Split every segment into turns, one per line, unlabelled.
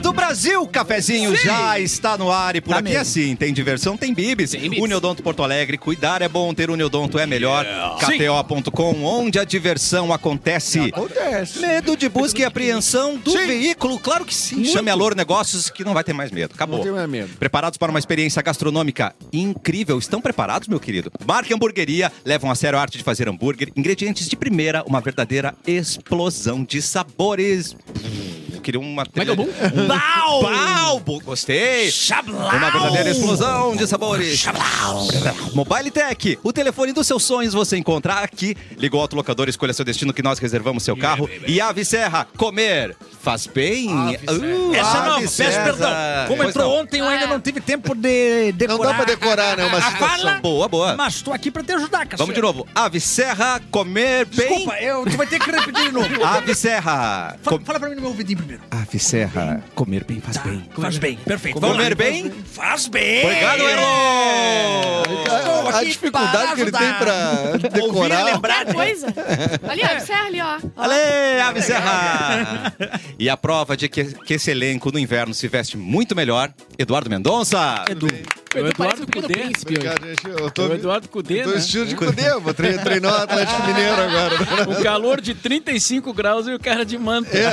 do Brasil, cafezinho
Sim.
já está no ar e por
Tá
aqui é
mesmo.
assim, tem diversão, tem bibis.
Tem bibis.
Uniodonto Porto Alegre, cuidar é bom, ter Uniodonto é melhor. KTO.com, onde a diversão acontece.
Acontece.
Medo de busca e apreensão do
Sim.
veículo, claro que sim. Chame a Louro Negócios que não vai ter mais medo. Acabou.
Não tem mais medo.
Preparados para uma experiência gastronômica incrível? Estão preparados, meu querido? Marca Hamburgueria, levam a sério a arte de fazer hambúrguer, ingredientes de primeira, uma verdadeira explosão de sabores. Hum, Eu queria uma.
é que é o bom?
Um Bau! Bau! Gostei! Uma verdadeira explosão de sabores. Mobile Tech, o telefone dos seus sonhos você encontra aqui. Liga o autolocador, escolha seu destino que nós reservamos seu carro. E Ave Serra, comer faz bem. Uh,
Essa é
Ave
nova, peço
Serra.
perdão. Como
Pois
entrou
não.
ontem, eu ainda não tive tempo de decorar.
Não dá pra decorar, né? Uma
a
situação.
fala,
Boa, boa.
mas tô aqui pra te ajudar, cacete.
Vamos de novo. Ave Serra, comer bem.
Desculpa, eu, tu vai ter que repetir de novo.
Ave Serra.
Fala,
com-
fala pra mim no meu ouvidinho primeiro.
Ave Serra, comer bem
Tá.
faz bem.
Faz bem, perfeito. Vamos
Comer
lá.
bem?
Faz bem.
Obrigado,
Estou É.
Elô!
A, a
aqui tá?
dificuldade
para
que ele tem
ajudar.
pra
Ouvir e
decorar.
lembrar.
Qualquer coisa. Ali, ó, observa ali, ó. Ó.
Ale, Ave Serra! E a prova de que, que esse elenco no inverno se veste muito melhor, Eduardo Mendonça.
Edu. O Eduardo Cudê. hoje.
Obrigado, gente. Eu tô,
O Eduardo Cudê,
tô
né?
estilo de Cudê, eu vou tre- treinar o Atlético Mineiro agora.
O calor de 35 graus e o cara de manta.
É,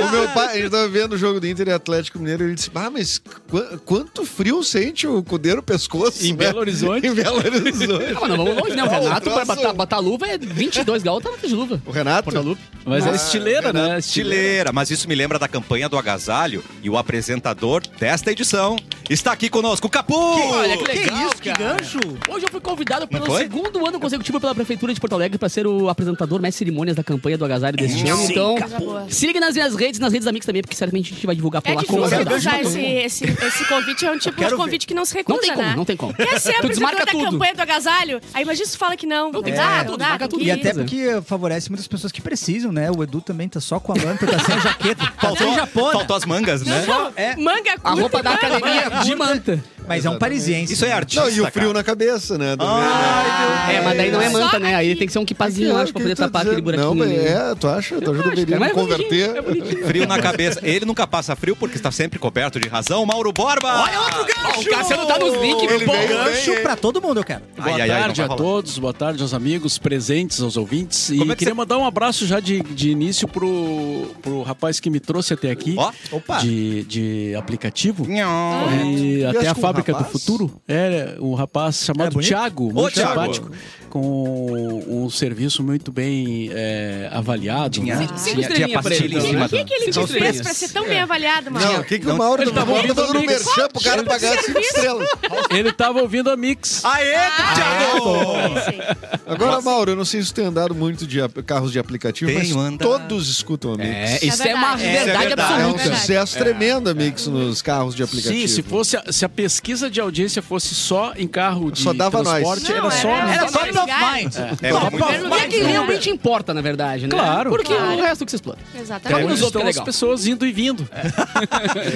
o meu pai, ele tava vendo o jogo do Inter e Atlético Mineiro, ele disse, ah, mas qu- quanto frio sente o Cudê no pescoço,
Em
né?"
Belo Horizonte.
em Belo Horizonte.
Não, mas não vamos longe, né? O Renato,
troço-
pra botar, botar luva, é 22 graus, tá de luva.
O Renato?
Porta-luva.
Mas é estileira, né?
Estileira, mas isso me lembra da campanha do agasalho e o apresentador desta edição está aqui conosco, Capu!
Olha É que legal,
isso, que
cara.
gancho.
Hoje eu fui convidado pelo
foi?
segundo ano consecutivo pela Prefeitura de Porto Alegre pra ser o apresentador mais cerimônias da campanha do agasalho deste ano.
sim,
Então,
Coisa boa.
siga nas minhas redes, nas redes da Mix também, porque certamente a gente vai divulgar por
É
lá como
difícil
agradar.
recusar esse, esse, esse convite. É um tipo de convite que não se recusa,
Não tem como,
né?
não tem como.
Quer ser
Tu desmarca
apresentador da
tudo.
campanha do agasalho? Aí imagina se tu fala que não. Não,
tem que
dá,
marcar
não
tudo,
dá. Tem
marca tudo.
que...
E
E até
Beleza.
porque favorece muitas pessoas que precisam, né? O Edu também tá só com a manta, tá sem a jaqueta, tá
Faltou,
sem japona.
faltou as mangas, né?
É,
Manga curta.
A roupa da
né?
academia de manta.
mas é um parisiense.
Isso é artista,
Não, e o frio
cara.
na cabeça, né? também, né?
É, mas daí não é
Só
manta, né? Aí
aqui.
tem que ser um kipazinho, eu acho, pra poder tapar aquele buraquinho.
tá Não, mas
ali.
é, tu acha? Tu ajuda o Benito a
mas
me
é bonitinho,
converter.
é bonitinho.
Frio na cabeça. Ele nunca passa frio porque está sempre coberto de razão, Mauro Borba!
Olha outro gancho.
Ó, o Cassiano tá nos links, meu
Ele
povo.
veio bem,
Gancho
hein?
pra todo mundo, eu quero.
Ai,
Boa
ai, ai,
tarde
não
a
vai rolar.
todos, boa tarde aos amigos presentes, aos ouvintes. E
Como é que
queria
cê-
mandar um abraço já de, de início pro, pro rapaz que me trouxe até aqui,
Ó, opa. Hum, é.
De, de aplicativo.
Nham.
E até
acho
a
que um
fábrica do
rapaz?
futuro. É, um rapaz chamado
Era bonito?
Thiago, muito
Thiago.
simpático. Com um serviço muito bem é, avaliado. né?
Tinha,
Cinco
tinha, tinha
estrelinhas pra
pastilha em
ele, então.
cima
O que, que ele te
São os
fez
prêmios.
pra ser
É.
tão bem avaliado, mano?
Não, o que, que o
Não,
Mauro
ele
tá
tava ouvindo
fazendo no
amigos.
merchan pro
tá
cara pagar 5 estrelas?
Ele estava ouvindo a Mix.
Aê,
Oh.
é,
Thiago!
Agora, Mauro, eu não sei se tu tem andado muito de ap- carros de aplicativo,
Tenho
mas
andado.
todos escutam a Mix.
É, isso é, uma
verdade.
Isso é
verdade
verdade.
É um
absoluta.
verdade.
sucesso tremendo a Mix nos carros de aplicativo.
Sim, se fosse a, se a pesquisa de audiência fosse só em carro de
Só dava nós.
transporte,
Não,
era só
um
era-
nós.
Era
só
top
top of
of
mind.
mind.
É, eu tô muito-
E é quem realmente importa, na verdade, né?
Claro.
Porque
Claro.
o resto que se explana.
Então,
Vamos
Exatamente.
nos outros,
estão
que é
as
legal.
pessoas indo e vindo.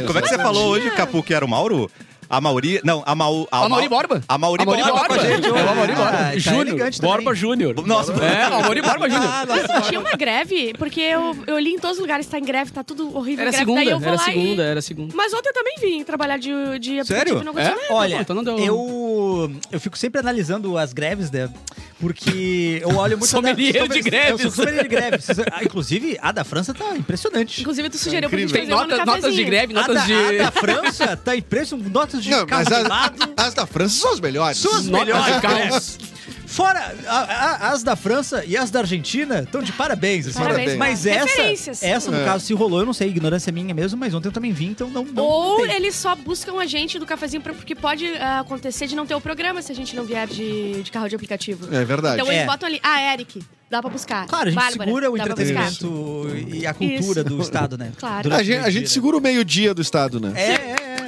Como é que você falou hoje, Capu, que era o Mauro? A Mauri. Não, a Mau.
A Mauri Borba.
A Mauri
A Mauri
Borba com a
Borba.
gente.
É o Mauri Borba.
Ah,
tá
Júnior,
elegante também.
Borba Júnior.
Nossa,
É, Amor e Borba Júnior.
Ah,
Tinha uma greve, porque eu, eu li em todos os lugares, tá em greve, tá tudo horrível.
Era
greve, daí eu
segunda,
vou
era
lá
segunda,
E...
era segunda.
Mas ontem eu também vim trabalhar de, de aplicativo
Sério?
e não aconteceu nada.
É? Olha,
bom, então não deu-
eu, eu fico sempre analisando as greves, né? Porque eu olho muito...
Sommelier de greves.
Eu sou sommelier de greves. Ah, Inclusive, a da França tá impressionante.
Inclusive, tu sugeriu pra gente
Tem
fazer uma no
notas, notas de
cafezinho.
greve,
A da,
notas de...
a da França tá impressionante. Notas de
Não,
carro
mas as,
queimado.
as da França são as melhores.
São as melhores.
Notas de carro.
Fora, a- a- as da França e as da Argentina estão de parabéns. assim.
Parabéns.
Mas
Referências.
essa, essa, no
É.
caso, se rolou, eu não sei, ignorância minha mesmo, mas ontem eu também vim, então não. não
Ou
tem.
eles só buscam a gente do cafezinho, pra- porque pode ah, acontecer de não ter o programa se a gente não vier de, de carro de aplicativo.
É verdade.
Então eles
É.
botam ali, ah, Eric, dá pra buscar.
Claro, a gente
Bárbara,
segura o
dá pra buscar.
entretenimento e a cultura do Estado, né?
Claro.
Durante
a gente,
o
a
dia,
gente
né?
segura o meio-dia do Estado, né?
É, é, é.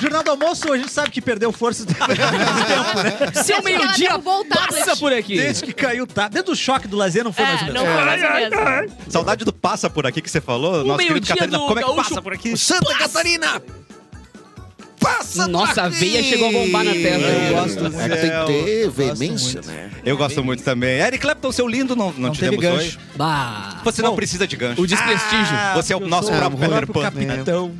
Jornal do Almoço, a gente sabe que perdeu força
Seu
Desde que ela
meio-dia
derrubou o tablet.
passa por aqui.
desde que caiu, tá? Dentro do choque do lazer não foi mais ou
É, não
menos.
foi mais ou menos.
Saudade do passa por aqui que você falou.
O
Nosso querido
meio-dia
Catarina.
do
Como é que
gaúcho
passa por aqui?
Santa Catarina! passa
Nossa, a
daqui!
veia chegou a bombar na tela.
Meu
Eu
Meu
gosto
Deus
muito. É
do
que tem
céu.
que ter veemência,
muito.
né?
Eu gosto muito também. Eric Clapton, seu lindo, não, não,
Não
te
teve
demos
gancho.
hoje.
Bah.
Você não precisa de gancho.
O desprestígio.
Ah, Você é o
eu
nosso
sou
próprio
o
Peter
próprio
Pan.
Capitão.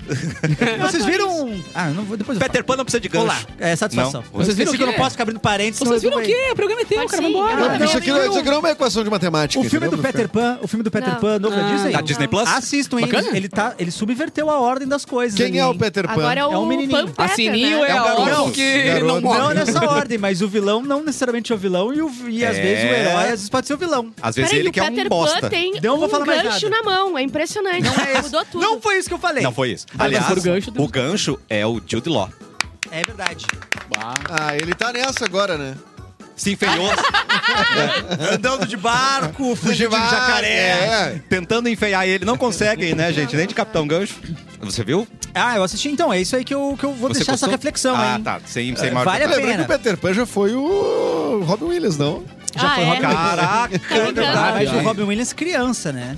Vocês viram... Ah, não vou... Depois eu
Peter Pan não precisa de gancho.
falo. Olá. É satisfação.
Não.
Vocês viram que eu não posso ficar abrindo parênteses. senão
Vocês viram o
eu vou-
quê? O programa é teu,
Pode
cara.
sim.
Não,
Vambora.
porque isso, aqui não, isso aqui não é uma equação de matemática.
O filme do
entendeu?
Peter Pan, o filme do Peter
Não.
Pan, novo da
Ah.
Disney.
Da Disney Plus?
Assistam, hein?
Bacana.
Ele, tá, ele subverteu a ordem das coisas.
Quem
ali,
é o
hein?
Peter Pan?
Agora é o
É um menininho.
Pampeta,
A Sininho
né?
é a
garoto.
órfã que
Garoto.
não
Não
morre.
nessa ordem, mas o vilão não necessariamente é o vilão e, o- e às
É.
vezes o herói às vezes pode ser o vilão.
Às vezes
Peraí,
ele
o
que é um
Peter
bosta.
Pan tem
Não
um
Então vou falar mais
gancho
nada.
na mão. É impressionante. Mudou tudo.
Não foi isso que eu falei.
Não foi isso.
mas
Aliás,
por gancho,
o gancho é o Jude Law.
É verdade.
Ah, ele tá nessa agora, né?
Se enfeiou,
Andando de barco, fugindo de um jacaré.
É.
tentando enfeiar ele. Não consegue, né, gente? Nem de Capitão Gancho. Você viu?
Ah, eu assisti então. É isso aí que eu, que eu vou
Você
deixar
gostou?
essa reflexão,
ah,
hein?
tá. Sem, sem
É,
maior
vale a
Lembrando que
Pena.
o Peter Pan já foi o Robin Williams, não?
Já
ah,
foi
é?
Robin
Caraca,
Tá brincando?
Ah, mas
Ai.
o Robin Williams criança, né?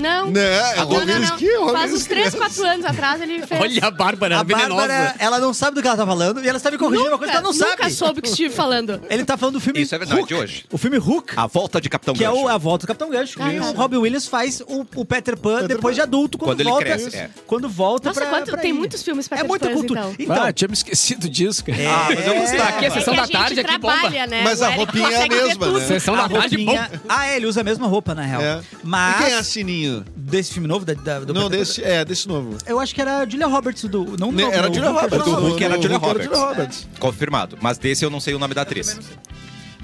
Não.
Né? É o
Não,
Robin
não,
Williams
não.
que é o Robin
Faz
Williams
uns 3,
criança.
4 anos atrás ele fez.
Olha a Bárbara,
né?
é
a Bárbara,
venenosa.
ela não sabe do que ela tá falando e ela está me corrigindo uma coisa que ela não
nunca
sabe.
soube o que estive falando.
Ele tá falando do filme
Isso é verdade
Hook.
hoje.
O filme Hook.
A volta de Capitão
Que é
Gancho.
o- a volta do Capitão Gancho. E o Robin Williams faz o, o Peter Pan depois de adulto, quando,
Quando ele
volta.
cresce, é.
Quando volta
Nossa,
pra,
quanto,
pra
tem
ilha.
muitos filmes para
É muita cultura. Então,
ah, tinha me esquecido disso, cara.
Ah, mas eu gostei.
Aqui é
É
a
que
sessão
a
da
gente
tarde aqui, bomba.
trabalha, né?
Mas
O
a
Eric
roupinha é a
consegue ver
mesma,
tudo.
né?
Sessão
a
da tarde,
roupinha...
bomba.
Ah, é, ele usa a mesma roupa, na real.
É. E quem é a
Mas,
Sininho?
desse filme novo, da, da- do Peter
Não,
Pan-
desse, é, desse novo.
Eu acho que era a Julia Roberts do... Não,
Ne-
não,
era
não,
Julia
o Peter
do
Roberts.
Pan.
Hulk era
o
Julia
Hulk era
Roberts.
Julia Roberts.
Confirmado. Mas desse eu não sei o nome da atriz.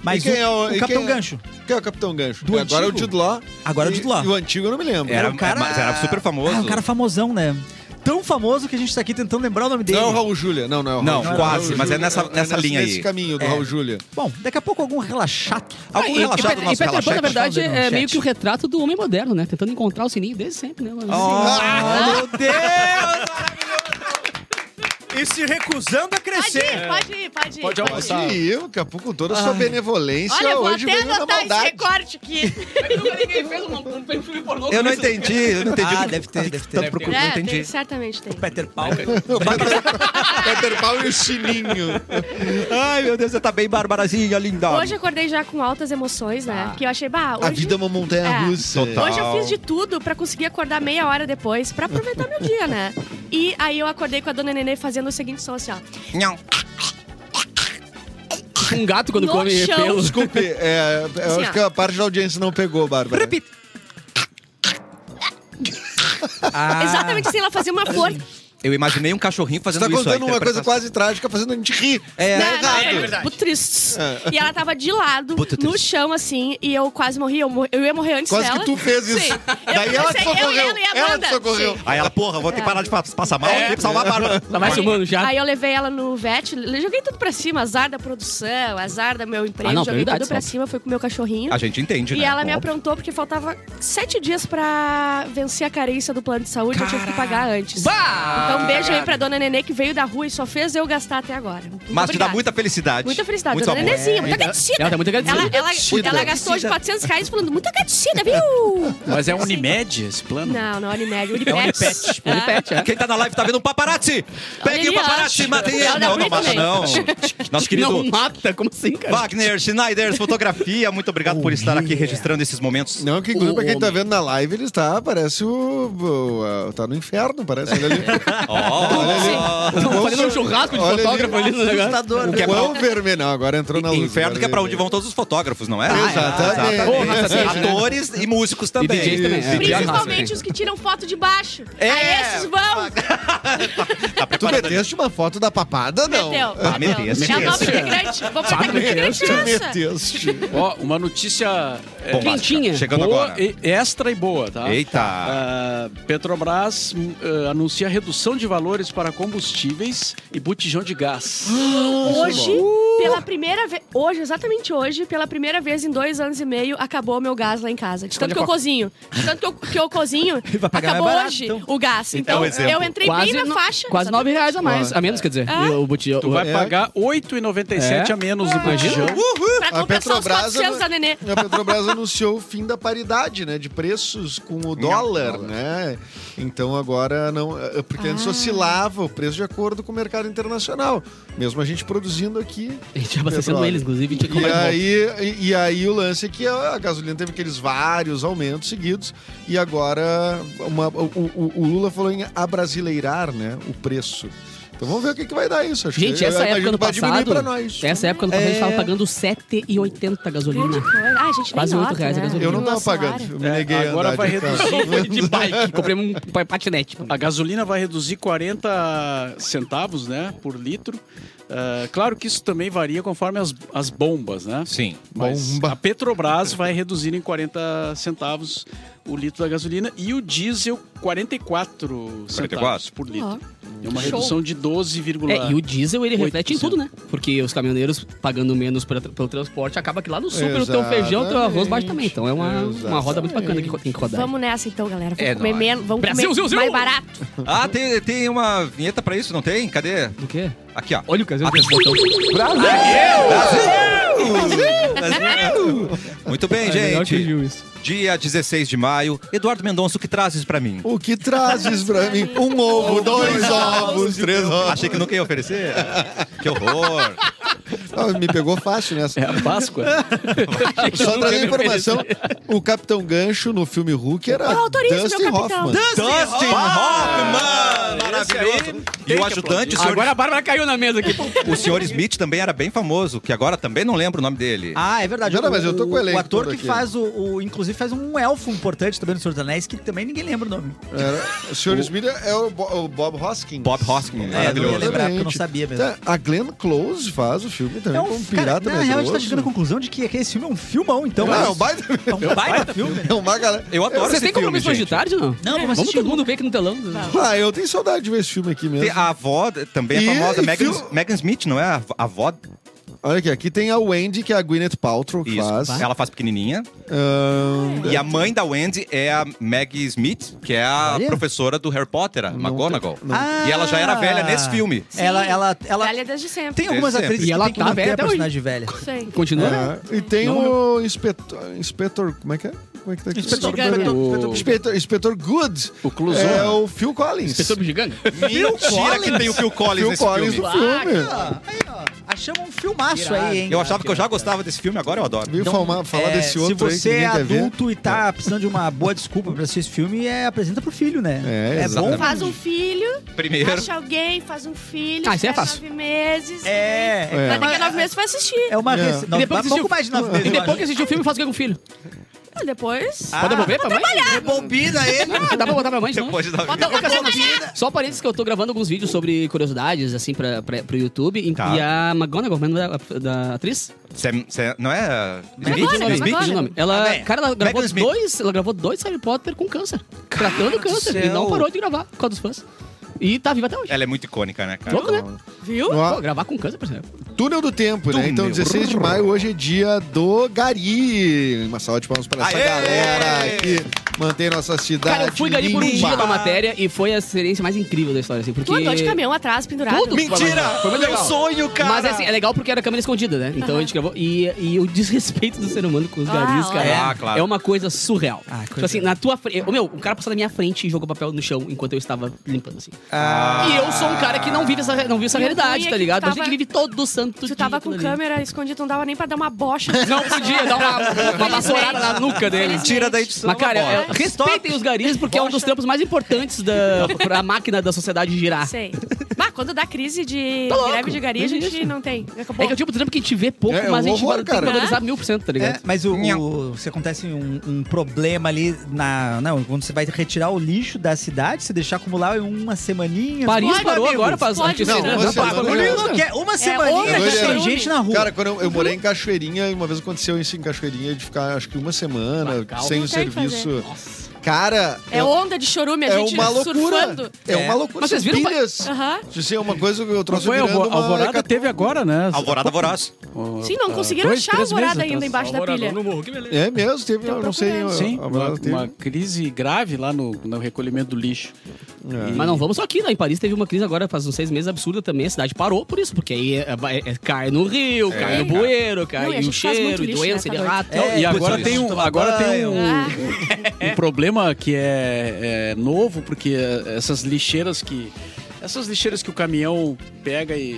Mas
E quem
o,
é o- e
o Capitão
quem é-
Gancho.
Quem é o Capitão Gancho?
Do
agora é o
antigo.
Jude Law.
Agora é o
E-
Jude Law.
E o antigo eu não me lembro.
Era, é,
um cara-
mas era super famoso.
Ah, um cara famosão, né? Tão famoso que a gente tá aqui tentando lembrar o nome dele.
Não é o Raul Júlia. Não, não é o
Não,
Raul Júlia.
quase,
Raul Júlia.
mas é nessa- nessa linha aí.
Nesse caminho do
É.
Raul Júlia.
Bom, daqui a pouco algum relaxato.
Algum
Ah, E- e
relaxado
Peter-
do
e
nosso
Peter Pan, na
relaxante?
verdade,
Vamos ver no
é meio
um chat.
que o retrato do homem moderno, né? Tentando encontrar o sininho desde sempre, né?
Oh, meu Deus! E se recusando a
Pode ir, pode ir, pode ir.
Pode
Pode ir, eu, daqui a pouco, com toda a sua benevolência,
Olha, vou
é hoje
até
veio na
anotar esse
maldade.
recorte aqui.
Ninguém fez um filme pornô
Eu não entendi, eu não entendi.
Ah, deve ter, deve ter.
Tanto procurando, não
É,
entendi.
tem, certamente tem.
Peter Pan.
Peter Pan e o Sininho.
Ai, meu Deus, você tá bem barbarazinha, linda.
Hoje acordei já com altas emoções, né? Porque eu achei, bah, hoje...
A vida é uma montanha russa.
É. Total.
Hoje eu fiz de tudo pra conseguir acordar meia hora depois pra aproveitar meu dia, né? E aí eu acordei com a dona Nenê fazendo o seguinte som assim, ó.
Nham.
Um gato quando
No
come
chão.
pelo.
Desculpe, é, eu
Assim,
acho
ó.
que a parte da audiência não pegou, Bárbara.
Repita. Ah,
Exatamente assim, ela fazia uma flor.
Eu imaginei um cachorrinho
Você
fazendo
tá
isso. a
contando uma coisa
interpretação.
quase trágica, fazendo a gente rir.
É,
né?
errado.
Ela-
É
Putz.
É.
E ela tava de lado,
Puta
no
triste.
chão, assim, e eu quase morri. Eu, mor- eu ia morrer antes
Quase
dela.
que tu fez isso.
Sim. Eu
Daí ela te
pensei, eu,
socorreu.
ela e a
Ela
banda.
te socorreu.
Sim.
Aí ela, porra, vou ter que parar de fa- passar mal
É.
aqui pra salvar a Bárbara.
Tá mais humano já.
Aí eu levei ela no VET, le- joguei tudo pra cima, azar da produção, azar da meu emprego,
Ah, não,
joguei tudo
prioridades,
pra
óbvio.
cima, fui com o meu cachorrinho.
Ah,
A gente entende, né?
E ela é me
Óbvio.
aprontou porque faltava sete dias pra vencer a carência do plano de saúde, eu tive que pagar antes. Então um beijo aí pra dona Nenê que veio da rua e só fez eu gastar até agora. Muito
Mas te dá
obrigada.
muita felicidade.
Muita felicidade,
Muito
dona
amor.
É,
Nenezinha, muito agradecida.
Ela tá muito agradecida.
Ela, ela-
Agradecida.
ela gastou hoje 400 reais falando, muito agradecida, viu?
Mas
um
é Unimed esse plano?
Não, não, Unimed, Unipet. É
Ele pete, é.
Quem tá na live tá vendo um paparazzi! Peguem o
ele,
paparazzi,
ó.
matem ele!
Ela dá
Não, não
muito
mata,
bem.
não. Nosso querido
Não mata, como assim, cara?
Wagner Schneiders Fotografia, muito obrigado por estar aqui registrando esses momentos.
Não, que inclusive pra quem tá
homem.
vendo na live, ele está, parece o... o- a- tá no inferno, parece. Olha ali.
Ó,
O quão-
Estão fazendo um churrasco de
Olha ali.
fotógrafo ali no negócio.
assustador.
O
que é
quão vermelho. Não, agora entrou na luz.
Inferno que é pra
agora
onde
veio.
vão todos os fotógrafos, não é?
Exatamente.
Exatamente. Atores e músicos também.
DJs também, é.
DJs
Principalmente os que tiram foto de baixo.
É.
Aí esses vão.
Tá
Tu
preparado ali.
meteste uma foto da papada, não?
Meteu.
Ah,
meteu.
meteste.
É o novo integrante. Vou botar aqui integrante
Tu
nossa.
meteste.
Ó, uma notícia é,
Bombástica.
Quentinha.
Chegando
boa
agora.
e- extra e boa, tá?
Eita.
Ah, Petrobras hum, ah, anuncia redução de valores para combustíveis e botijão de gás.
Hoje, pela primeira vez. Hoje, exatamente hoje, pela primeira vez em dois anos e meio, acabou o meu gás lá em casa. De tanto que eu cozinho. De tanto que eu, que eu cozinho,
Vai pagar
acabou
mais barato,
hoje
então.
o gás.
É
Então,
um exemplo.
eu entrei bem na
no-
faixa.
quase
sabe?
9 reais a mais. A menos, quer dizer.
Ah.
O botijão.
Tu vai
É.
pagar 8,97
É.
a menos no botijão.
Uhul. pra
A
compensar os
Petrobras,
400
ela-
da Nenê.
A Petrobras anunciou o fim da paridade, né? De preços com o dólar, né? Então agora não. eh, Porque antes oscilava o preço de acordo com o mercado internacional. Mesmo a gente produzindo aqui.
A gente abastecendo
petróleo.
eles, inclusive. Tinha é que
E
comprar de volta.
aí, e, e aí o lance é que a, a gasolina teve aqueles vários aumentos seguidos. E agora uma- o, o- o Lula falou em abrasileirar, né? O preço. Então vamos ver o que, que vai dar isso. Acho
Gente,
que, eu
essa
imagino
época
que
no
vai diminuir
passado.
pra nós.
Essa época no passado a gente
É.
tava pagando 7,80 a
Grande
gasolina.
coisa. Ah, a gente nem
Hum. Quase
nota,
oito reais a
né?
gasolina.
Eu não
Nosso
tava pagando,
salário.
eu me neguei a
agora
andar
vai
de carro.
reduzir.
Foi de bike. Comprei um pa- patinete.
A gasolina vai reduzir 40 centavos, né, por litro. Ah, claro que isso também varia conforme as, as bombas, né?
Sim.
Mas
Bomba.
a Petrobras vai reduzir em 40 centavos o litro da gasolina e o diesel 44
44?
centavos por litro. É
Show.
uma redução de 12,1.
É, e o diesel ele reflete em
8%.
tudo, né? Porque os caminhoneiros pagando menos pra- pelo transporte, acaba que lá no super o teu
Exatamente.
feijão, o teu arroz baixa também. Então é uma, uma roda muito bacana que ro- tem que rodar.
Vamos nessa então, galera. Vamos
É
comer
nóis.
menos, vamos
Brasil,
comer
ziu, ziu.
mais barato.
Ah, tem, tem uma vinheta pra isso, não tem? Cadê?
Do quê?
Aqui, ó.
Olha o caseiro desse
Atenção.
botão.
Muito bem,
É legal que ele
gente.
viu isso.
Dia 16 de maio. Eduardo Mendonça, o que trazes pra mim?
O que trazes pra mim? Um ovo, dois ovos, três ovos.
Achei que nunca ia oferecer. que horror.
Ah, me pegou fácil nessa.
É a Páscoa.
Só trazendo informação, o Capitão Gancho no filme Hulk era
Eu autorizo,
Dustin
meu capitão.
Hoffman. é
Dustin Hoffman!
esse
Maravilhoso. E
tem
o
que
ajudante, o senhor,
Agora a Bárbara caiu na mesa aqui.
o senhor Smith também era bem famoso, que agora também não lembro o nome dele.
Ah, é verdade.
Não, não,
O-
mas eu tô com o
O
elenco
ator
todo
que
aqui.
faz o, o- Inclusive faz um elfo importante também no Senhor dos Anéis, que também ninguém lembra o nome.
Era- o Sr. Smith é o, Bo- o Bob Hoskins.
Bob Hoskins,
É, eu não ia
maravilhoso.
lembrar, porque eu não sabia mesmo.
Tá, A Glenn Close faz o filme também,
É
como
um, cara,
pirata
na real, a gente tá
medroso.
chegando à conclusão de que esse filme é um filmão, então.
Não,
é
é um
isso.
baita...
É um baita filme, né?
É uma galera...
Eu adoro
Você
esse
tem
filme,
compromisso hoje de
gente.
tarde, não?
Não, vamos
Vamos
assistir
todo mundo ver aqui no telão.
Ah, eu tenho saudade de ver esse filme aqui mesmo.
Tem a avó também é
E-
famosa,
e
Megan,
filme-
Megan Smith, não é? A a avó?
Olha aqui, aqui tem a Wendy, que é a Gwyneth Paltrow, que
Isso.
faz. Ah,
Ela faz pequenininha.
Ahn,
E a mãe da Wendy é a Maggie Smith, que é a
Olha.
professora do Harry Potter, a McGonagall.
não. Ah!
E ela já era velha nesse filme.
Ela, ela, ela
Velha desde sempre.
um
tem algumas
sempre.
atrizes
E
que
ela
tem que
tá
manter
velha
a
até hoje.
personagem velha.
Sei.
Continua? né?
É, e tem o inspetor, inspetor. Como é que é? Como é que tá aqui?
Inspetor-
Gigante.
Inspetor- Inspetor-
Inspetor, inspetor Good.
O Clusão.
É o Phil Collins.
Pessoa bugiganga?
Mentira que tem o Phil Collins
Phil
nesse
Collins
filme.
do filme.
Ah, Aí, ó, achamos um filmaço aí, hein?
Eu achava que eu já gostava desse filme, agora eu adoro.
Viu falar, falar
É,
desse outro
Se você
aí que
é
ninguém quer ver?
adulto e tá precisando de uma boa desculpa pra assistir esse filme, é, apresenta pro filho, né?
É,
bom.
exatamente.
Faz um filho,
Primeiro,
acha alguém, faz um filho.
Ah, isso é
espera
fácil.
Nove meses.
É,
Mas daqui a nove meses vai assistir.
é uma
É.
vez. Não,
E depois
um pouco
assistiu-
mais de nove meses.
E
eu
depois que
acho.
assistir o filme, faz o que com o filho?
Ah, Depois.
Pode devolver pra mãe?
Rebobina ele.
Ah, dá pra botar pra mãe? não?
depois da
Bota a locação na Só um parênteses que eu tô gravando alguns vídeos sobre curiosidades, assim, pra, pra, pro YouTube. em-
Tá.
E a McGonagall, mano, da, da atriz?
Sam- Sam- não é?
Smith?
Smith?
Smith?
Smith?
Smith? nome. Ela,
Ah, bem.
cara, ela gravou,
Megan Smith.
dois, ela gravou dois Harry Potter com câncer. tratando câncer. E
céu.
não parou de gravar por causa dos fãs. E tá viva até hoje.
Ela é muito icônica, né, cara?
Louco, né?
Viu?
Ó,
Pô, gravar com câncer, por exemplo.
túnel do tempo, né? Então, 16 de maio, hoje é dia do Gari. Uma salva de palmas pra essa
Aê!
galera que mantém nossa cidade.
Cara, eu fui ali por um
limpa.
dia pra matéria e foi a experiência mais incrível da história, assim, porque...
Tu andou de caminhão atrás, pendurado.
Tudo.
Mentira!
Foi muito
Meu
legal.
sonho, cara!
Mas assim, é legal porque era câmera escondida, né? Então a gente gravou. E, e o desrespeito do ser humano com os
Ah,
garis, cara.
olha. Ah, claro.
É uma coisa surreal.
Ah, coisa
tipo assim, na tua frente. Ô, Meu, o cara passou na minha frente e jogou papel no chão enquanto eu estava limpando, assim.
Ah.
E eu sou um cara que não vive essa, não vive essa
E o ruim é
realidade,
que
tá
tu
ligado? Mas
tava-
que vive todo santo
Tu
dia
tava com
aquilo ali.
câmera escondida, não dava nem pra dar uma bocha.
Não podia dar uma, uma vassourada na nuca dele.
Felizmente.
Tira da edição.
Mas, cara,
uma bola.
eu- respeitem os garis porque é um dos trampos mais importantes da, pra máquina da sociedade girar.
Sei. Mas quando dá crise de
Ah. Tá louco.
greve de gari, a
Não
gente
existe.
não tem. Acabou.
É que é o tipo de trampo que a gente vê pouco,
É, é
mas
um
a gente
horror,
tem que
cara.
valorizar mil por cento, tá ligado?
É, mas o, o- se acontece um, um problema ali na, não, quando você vai retirar o lixo da cidade, se deixar acumular uma semaninha.
Paris
Pode,
parou
amigos.
agora É, faz
Pode,
artistas.
Não,
Não,
você
pá,
não
bagulho
lembra.
louco.
Não, quer uma
outra
semaninha que
que
tem
eu-
gente na rua.
Cara, quando eu, eu morei em Cachoeirinha, e uma vez aconteceu isso em Cachoeirinha, de ficar acho que uma semana
Bah, calma.
sem
Não
o
tem o que
serviço.
Nossa.
Cara,
É
eu-
onda de chorume, a
é
gente
uma loucura.
surfando.
É uma loucura.
Mas vocês
São
viram pa-
Pilhas.
Aham.
Isso é uma coisa que eu trouxe
Foi,
virando
Alvo-
uma
Alvorada
hecatombe.
teve agora, né?
Alvorada Voraz.
Sim, não
Ah,
conseguiram
dois,
achar a
três
alvorada
meses tá?
ainda
atrás.
embaixo da pilha.
É
Então
mesmo, teve, eu não sei.
procurando.
a-
Sim,
a-
uma,
teve.
uma crise grave lá no, no recolhimento do lixo.
É.
Mas não vamos só aqui, lá em Paris teve uma crise agora faz uns seis meses absurda também. A cidade parou por isso, porque aí é- é- é- cai no rio, cai no bueiro, cai
Não, e a
o
gente faz muito
cheiro, e
lixo,
doença,
né?
de
Tá
rato.
doido. É,
e agora
putz,
tem um,
tomar
agora tem
banho.
um,
Ah,
um problema que é, é novo, porque é, essas lixeiras que. Essas lixeiras que o caminhão pega e.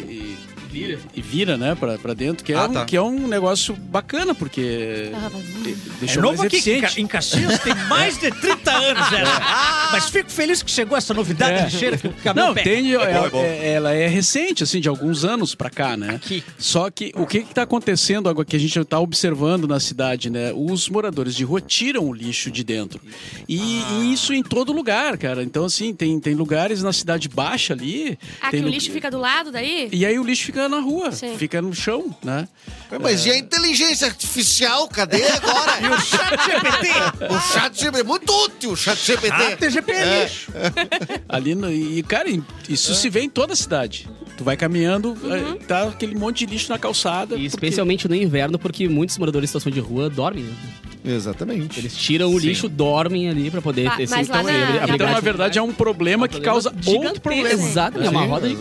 e Vira. E vira, né, pra, pra dentro, que é,
Ah,
um,
tá.
que é um negócio bacana, porque
Ah,
de-
É
um
deixou mais
novo aqui, que em
eficiente.
Ca- em Caxias tem mais de 30 anos
Ah.
ela. Mas fico feliz que chegou essa novidade
É.
ligeira que o caminhão
Não,
pega.
tem,
bom,
ela,
é bom.
é- ela é recente, assim, de alguns anos pra cá, né?
Aqui.
Só que o que está acontecendo agora que a gente está observando na cidade, né? Os moradores de rua tiram o lixo de dentro. E,
Ah.
e isso em todo lugar, cara. Então, assim, tem, tem lugares na cidade baixa ali.
ah, que
tem
o
lu-
lixo fica do lado daí? Ah,
E aí o lixo fica na rua,
Sim.
fica no chão, né?
Mas e a inteligência artificial? Cadê agora? e o chat GPT? O chat GPT. Muito útil o chat GPT.
TGP é lixo.
Ali no, e, cara, isso se vê em toda a cidade. Tu vai caminhando,
Uhum.
eh, tá aquele monte de lixo na calçada. porque-
E especialmente no inverno, porque muitos moradores em situação de rua dormem. né?
Exatamente.
Eles tiram o lixo, dormem ali pra poder
Mas-
ter esse-
mas lá
então,
na-
é,
na
abrigar
Então, na
esse-
verdade, é um problema que causa outro
Gigantesco.
problema.
Exato, é uma roda de.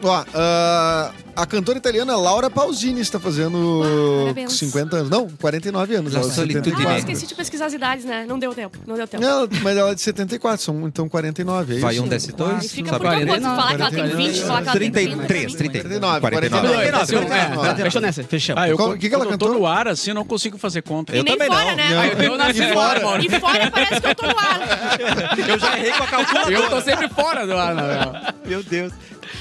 Ó, ah, a cantora italiana Laura Pausini está fazendo
Ah, parabéns.
50 anos. Não, 49 anos.
La
ela é de
solitude.
Ah, eu
74.
esqueci então. de pesquisar as idades, né? Não deu tempo, não deu tempo.
Não, mas ela é de 74, são então 49. É isso?
Vai um desce dois.
E fica
sabe?
por tua conta,
49,
falar que ela tem 20, falar que ela tem 30.
33, 39,
49, 49.
49.
É, Fechou nessa.
Fechamos.
Ah, eu,
Qual-
co-
o que que ela
quando eu
cantou?
tô no ar, assim, eu não consigo fazer conta.
E nem
também
fora,
não.
né?
Não.
Ah, eu tenho nascido fora, mano.
E fora parece que eu tô no ar.
Eu já errei com a calculadora.
Eu tô sempre fora do ar, na real.
Meu Deus.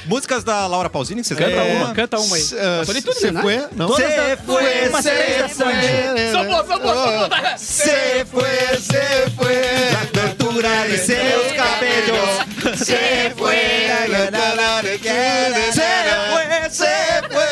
Músicas da Laura Pausini, que vocês
Canta
lembram?
uma, canta uma aí.
S- ah,
Solitude,
se
né?
foi? Não.
Se foi,
Uma
se
sexta-feira.
foi,
Só boa, só boa, só boa.
se foi, se foi, a tortura de seus cabelos. Se foi, se foi, se foi.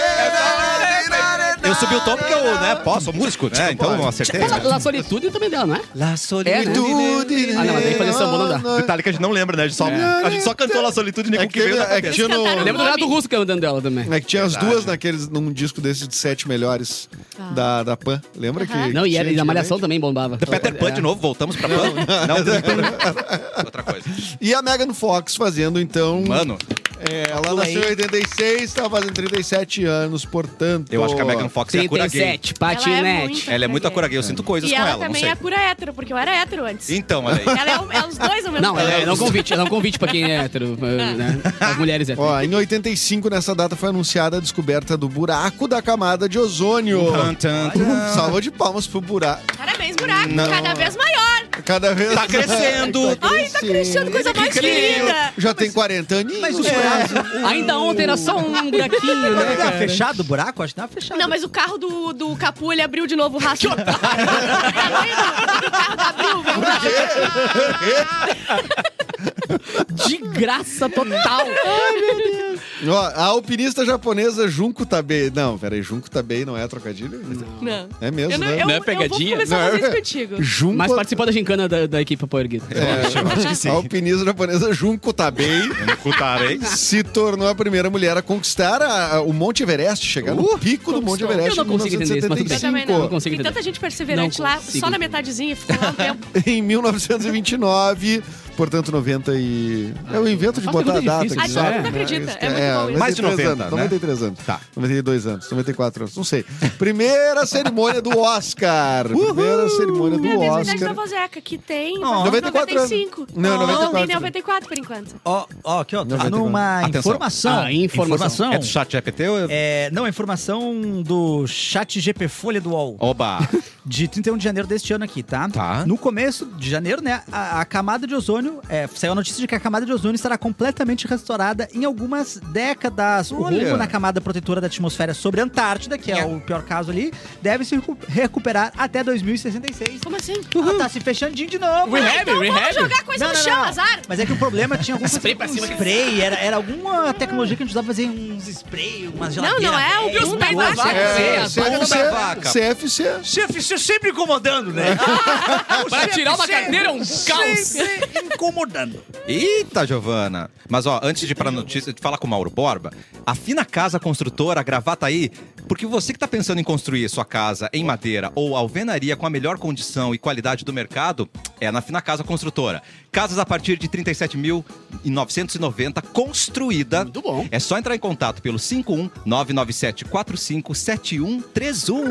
Eu subi o tom porque eu, né, posso, sou músico, né? Então eu acertei.
Mas a- a solitude também é dela, não é?
La solitude.
Ah, não, mas tem que fazer samba, não dá.
Detalhe que a gente não lembra, né? A gente só, a gente só cantou La Solitude nem
É
com o que veio na
é que
cabeça.
tinha no-
cantaram-
Lembra do Renato Russo cantando dela também.
é que tinha as duas naqueles, num disco desses de sete melhores
Ah.
da, da Pan. Lembra que.
Não, e era, e
É, tinha
na Malhação
antigamente?
também bombava.
Peter Pan de novo, voltamos pra Pan. É. Não, outra coisa.
E a Megan Fox fazendo, então.
Mano,
É, ela nasceu em 86, tá fazendo 37 anos, portanto.
eu acho que a Megan Fox é a cura gay.
37,
Ela é
patinete.
muito-
Ela é muito a cura gay, eu sinto coisas
E
com
ela,
ela, não
também
sei.
é cura hétero, porque eu era hétero antes.
Então, olha aí.
Ela é, o- é os dois ao mesmo
Não,
tempo.
ela é, ela é um convite, ela é um convite pra quem é hétero, né? As mulheres héteras.
Ó, em 85, nessa data, foi anunciada a descoberta do buraco da camada de ozônio.
Tum, tum, tum.
Salva de palmas pro buraco.
Parabéns, buraco.
Não.
Cada vez maior.
Cada vez
Tá crescendo.
Ai, tá crescendo coisa mais querida.
Já tem 40 aninhos.
Mas os buracos.
Ainda ontem era só um buraquinho, né?
Era
cara?
Tá fechado o buraco? Acho que não era fechado.
Não, mas o carro do, do Capu, ele abriu de novo o rastro. Que o carro da Bill, velho.
De graça total.
É. Ó, a alpinista japonesa Junko Tabei. Não, peraí, Junko Tabei não é trocadilho?
Não.
É mesmo,
Eu, não,
né?
eu,
Não é
eu
pegadinha?
vou começar a fazer
Não é-
isso contigo.
Junko É.
Mas participou da gincana da, da equipe Power Guitar.
A alpinista japonesa Junko Tabei
Cutarei.
se tornou a primeira mulher a conquistar a- a- o Monte Everest, chegar no pico do Monte
conquistou.
Everest
Uh, Eu não
em
consigo entender isso, mas tudo bem.
Eu também não.
Não
1975.
consigo
Tem tanta
entender.
gente perseverante
Não
lá,
consigo
só na
entender.
metadezinha, ficou lá um tempo.
Em 1929, portanto 90 e... É o invento de
Faz
botar a
pergunta
data.
difícil,
aqui,
né? Ah,
sabe?
tu não
acredita.
isso
É muito bom isso.
Mais de
93
90,
anos,
né?
93 anos.
Tá.
92 anos, 94 anos, não sei. Primeira cerimônia do Oscar. Primeira cerimônia
É a
do
mesma idade
Oscar.
da Vozeca, que tem
Ó,
94 anos.
95.
Não,
Não, tem
94.
94 por enquanto.
Ó, ó, aqui, ó. Tá
94.
numa
Atenção.
informação.
Ah, informação.
É do chat GPT ou é...
É, não, a informação do chat GP Folha do UOL.
Oba.
De 31 de janeiro deste ano aqui, tá?
Tá.
No começo de janeiro, né, a, a camada de ozônio... É, saiu a notícia de que a camada de ozônio estará completamente restaurada em algumas décadas. O
Olha.
rumo na camada protetora da atmosfera sobre a Antártida, que é o pior caso ali, deve se recu- recuperar até 2066.
Como assim?
Ela
Uhum.
tá se fechadinho de novo.
Rehab,
Então Vamos
rehab.
jogar coisa
Não,
no
não,
um chão,
não.
azar.
Mas é que o problema tinha algum
Spray pra
um
cima.
spray, era, era alguma tecnologia que a gente usava pra fazer uns spray, umas um
Não,
geladeiras.
não é o
os
bunda
peitos
embaixo.
da vaca?
É.
É,
CFC,
bomba da vaca.
CFC.
CFC chefe sempre incomodando, né?
Pra tirar uma cadeira é um caos.
Sempre incomodando.
Eita, Giovana! Mas ó, antes de ir pra notícia, de falar com o Mauro Borba, afina a casa construtora, gravata aí, porque você que tá pensando em construir sua casa em madeira ou alvenaria com a melhor condição e qualidade do mercado, é na Fina Casa Construtora. Casas a partir de 37.990 construída.
Muito bom.
É só entrar em contato pelo 51 997 45 7131.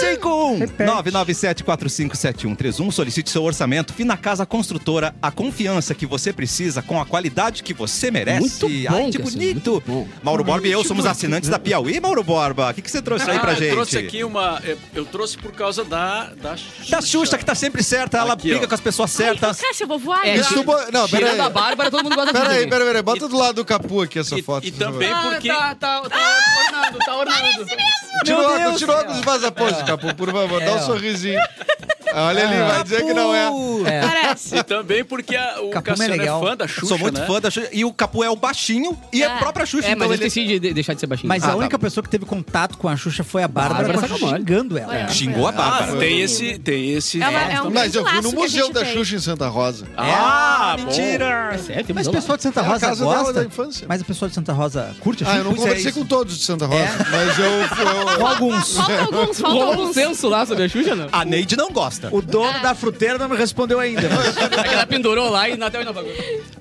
51 997 45 7131. Solicite seu orçamento. Fina Casa Construtora, a confiança que você precisa com a qualidade que você merece.
Muito bom,
Ai, que
Cassiano,
bonito.
muito bom.
Mauro Borba e eu somos assinantes da Piauí, Mauro Borba. O que, que você trouxe aí pra
Ah,
gente?
Eu trouxe aqui uma. Eu, eu trouxe por causa da. Da Xuxa.
Da Xuxa, que tá sempre certa, ela
Aqui,
briga
ó.
com as pessoas
Ai,
certas.
Cássio, eu vou voar.
É,
hein?
tá Isso tu bo- Não, peraí.
Tirando a Bárbara, todo mundo gosta da
Peraí,
Xuxa.
peraí, peraí. Bota do lado do Capu aqui essa
E-
foto.
e
por favor.
também-
Ah,
porque-
tá, tá, tá ornando, tá ornando.
Tira o
Meu
óculos,
Deus
tira o
do
óculos e faz a pose, Capu, por favor. Dá um sorrisinho. Olha ali, vai dizer que não é.
Parece.
E também porque a- o
Capu é
Cassiano é
legal.
fã da Xuxa.
Sou muito
né?
fã da Xuxa. E o Capu é o baixinho e é a
É.
própria Xuxa.
É,
então
mas eu
ele
esqueci de de deixar de ser baixinho.
Mas
Ah,
a
tá.
única pessoa que teve contato com a Xuxa foi a Bárbara,
Bárbara
mas ela
Sacomori.
xingando ela.
Olha.
xingou a Bárbara.
Ah, tem esse. Tem esse. né?
É uma- é um-
Mas eu vi no
laço que a
Museu
gente
da
tem.
Xuxa em Santa Rosa.
Ah,
Ah,
bom.
mentira!
É sério, tem
Mas o
mudou lá.
pessoal de Santa
É a
Rosa
casa dela
gosta.
da infância.
Mas o pessoal de Santa Rosa curte a
Ah,
Xuxa?
eu não
Pois
conversei
é,
com
isso.
todos de Santa Rosa, mas eu...
Com
eu...
alguns.
Falta alguns, falta
Rolou um
alguns.
censo lá sobre a Xuxa, não?
ah.
A Neide não gosta.
O dono da fruteira não me respondeu ainda. mas-
É que ela pendurou lá e na tela não pagou.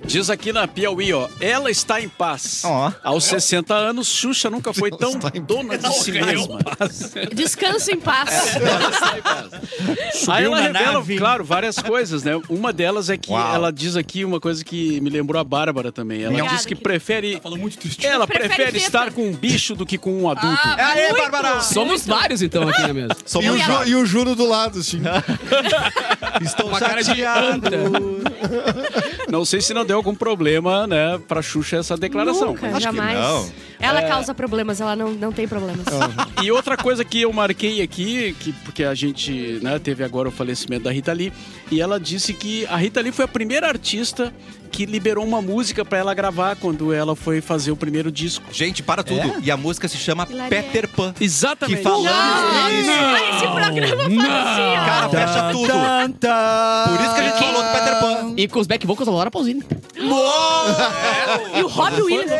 Diz aqui na Piauí, ó. Ela está em paz.
Ó.
Aos 60 anos, Xuxa nunca foi tão
está em
dona de si mesma.
Descansa em paz.
É.
Aí
Subiu na
ela revela,
nave.
claro, várias coisas, né? Uma delas é que
Uau.
ela diz aqui uma coisa que me lembrou a Bárbara também. Ela
Obrigada,
diz que
querida.
prefere.
Tá
Ela prefere,
Prefere feta.
estar com um bicho do que com um adulto.
Ah,
É,
Aê, Bárbara!
Somos vários, então, aqui na mesa.
E, o
Somos
Ju- e o Juro do lado, assim.
Estou
Uma cara de
chateado.
anta.
Não sei se não deu algum problema, né, pra Xuxa essa declaração.
Nunca,
Acho que
jamais.
não.
Ela causa problemas, ela não, É. não tem problemas.
E outra coisa que eu marquei aqui, que, porque a gente né, teve agora o falecimento da Rita Lee, e ela disse que a Rita Lee foi a primeira artista que liberou uma música pra ela gravar quando ela foi fazer o primeiro disco.
Gente, para tudo. E a música se chama
Hilaria.
Peter Pan.
Exatamente.
Que falamos
Não,
nisso.
Esse programa assim, parecia.
Cara, fecha tudo. Por isso que a gente falou do Peter Pan.
E com os back vocals da Laura Pausini.
E o Robbie Williams.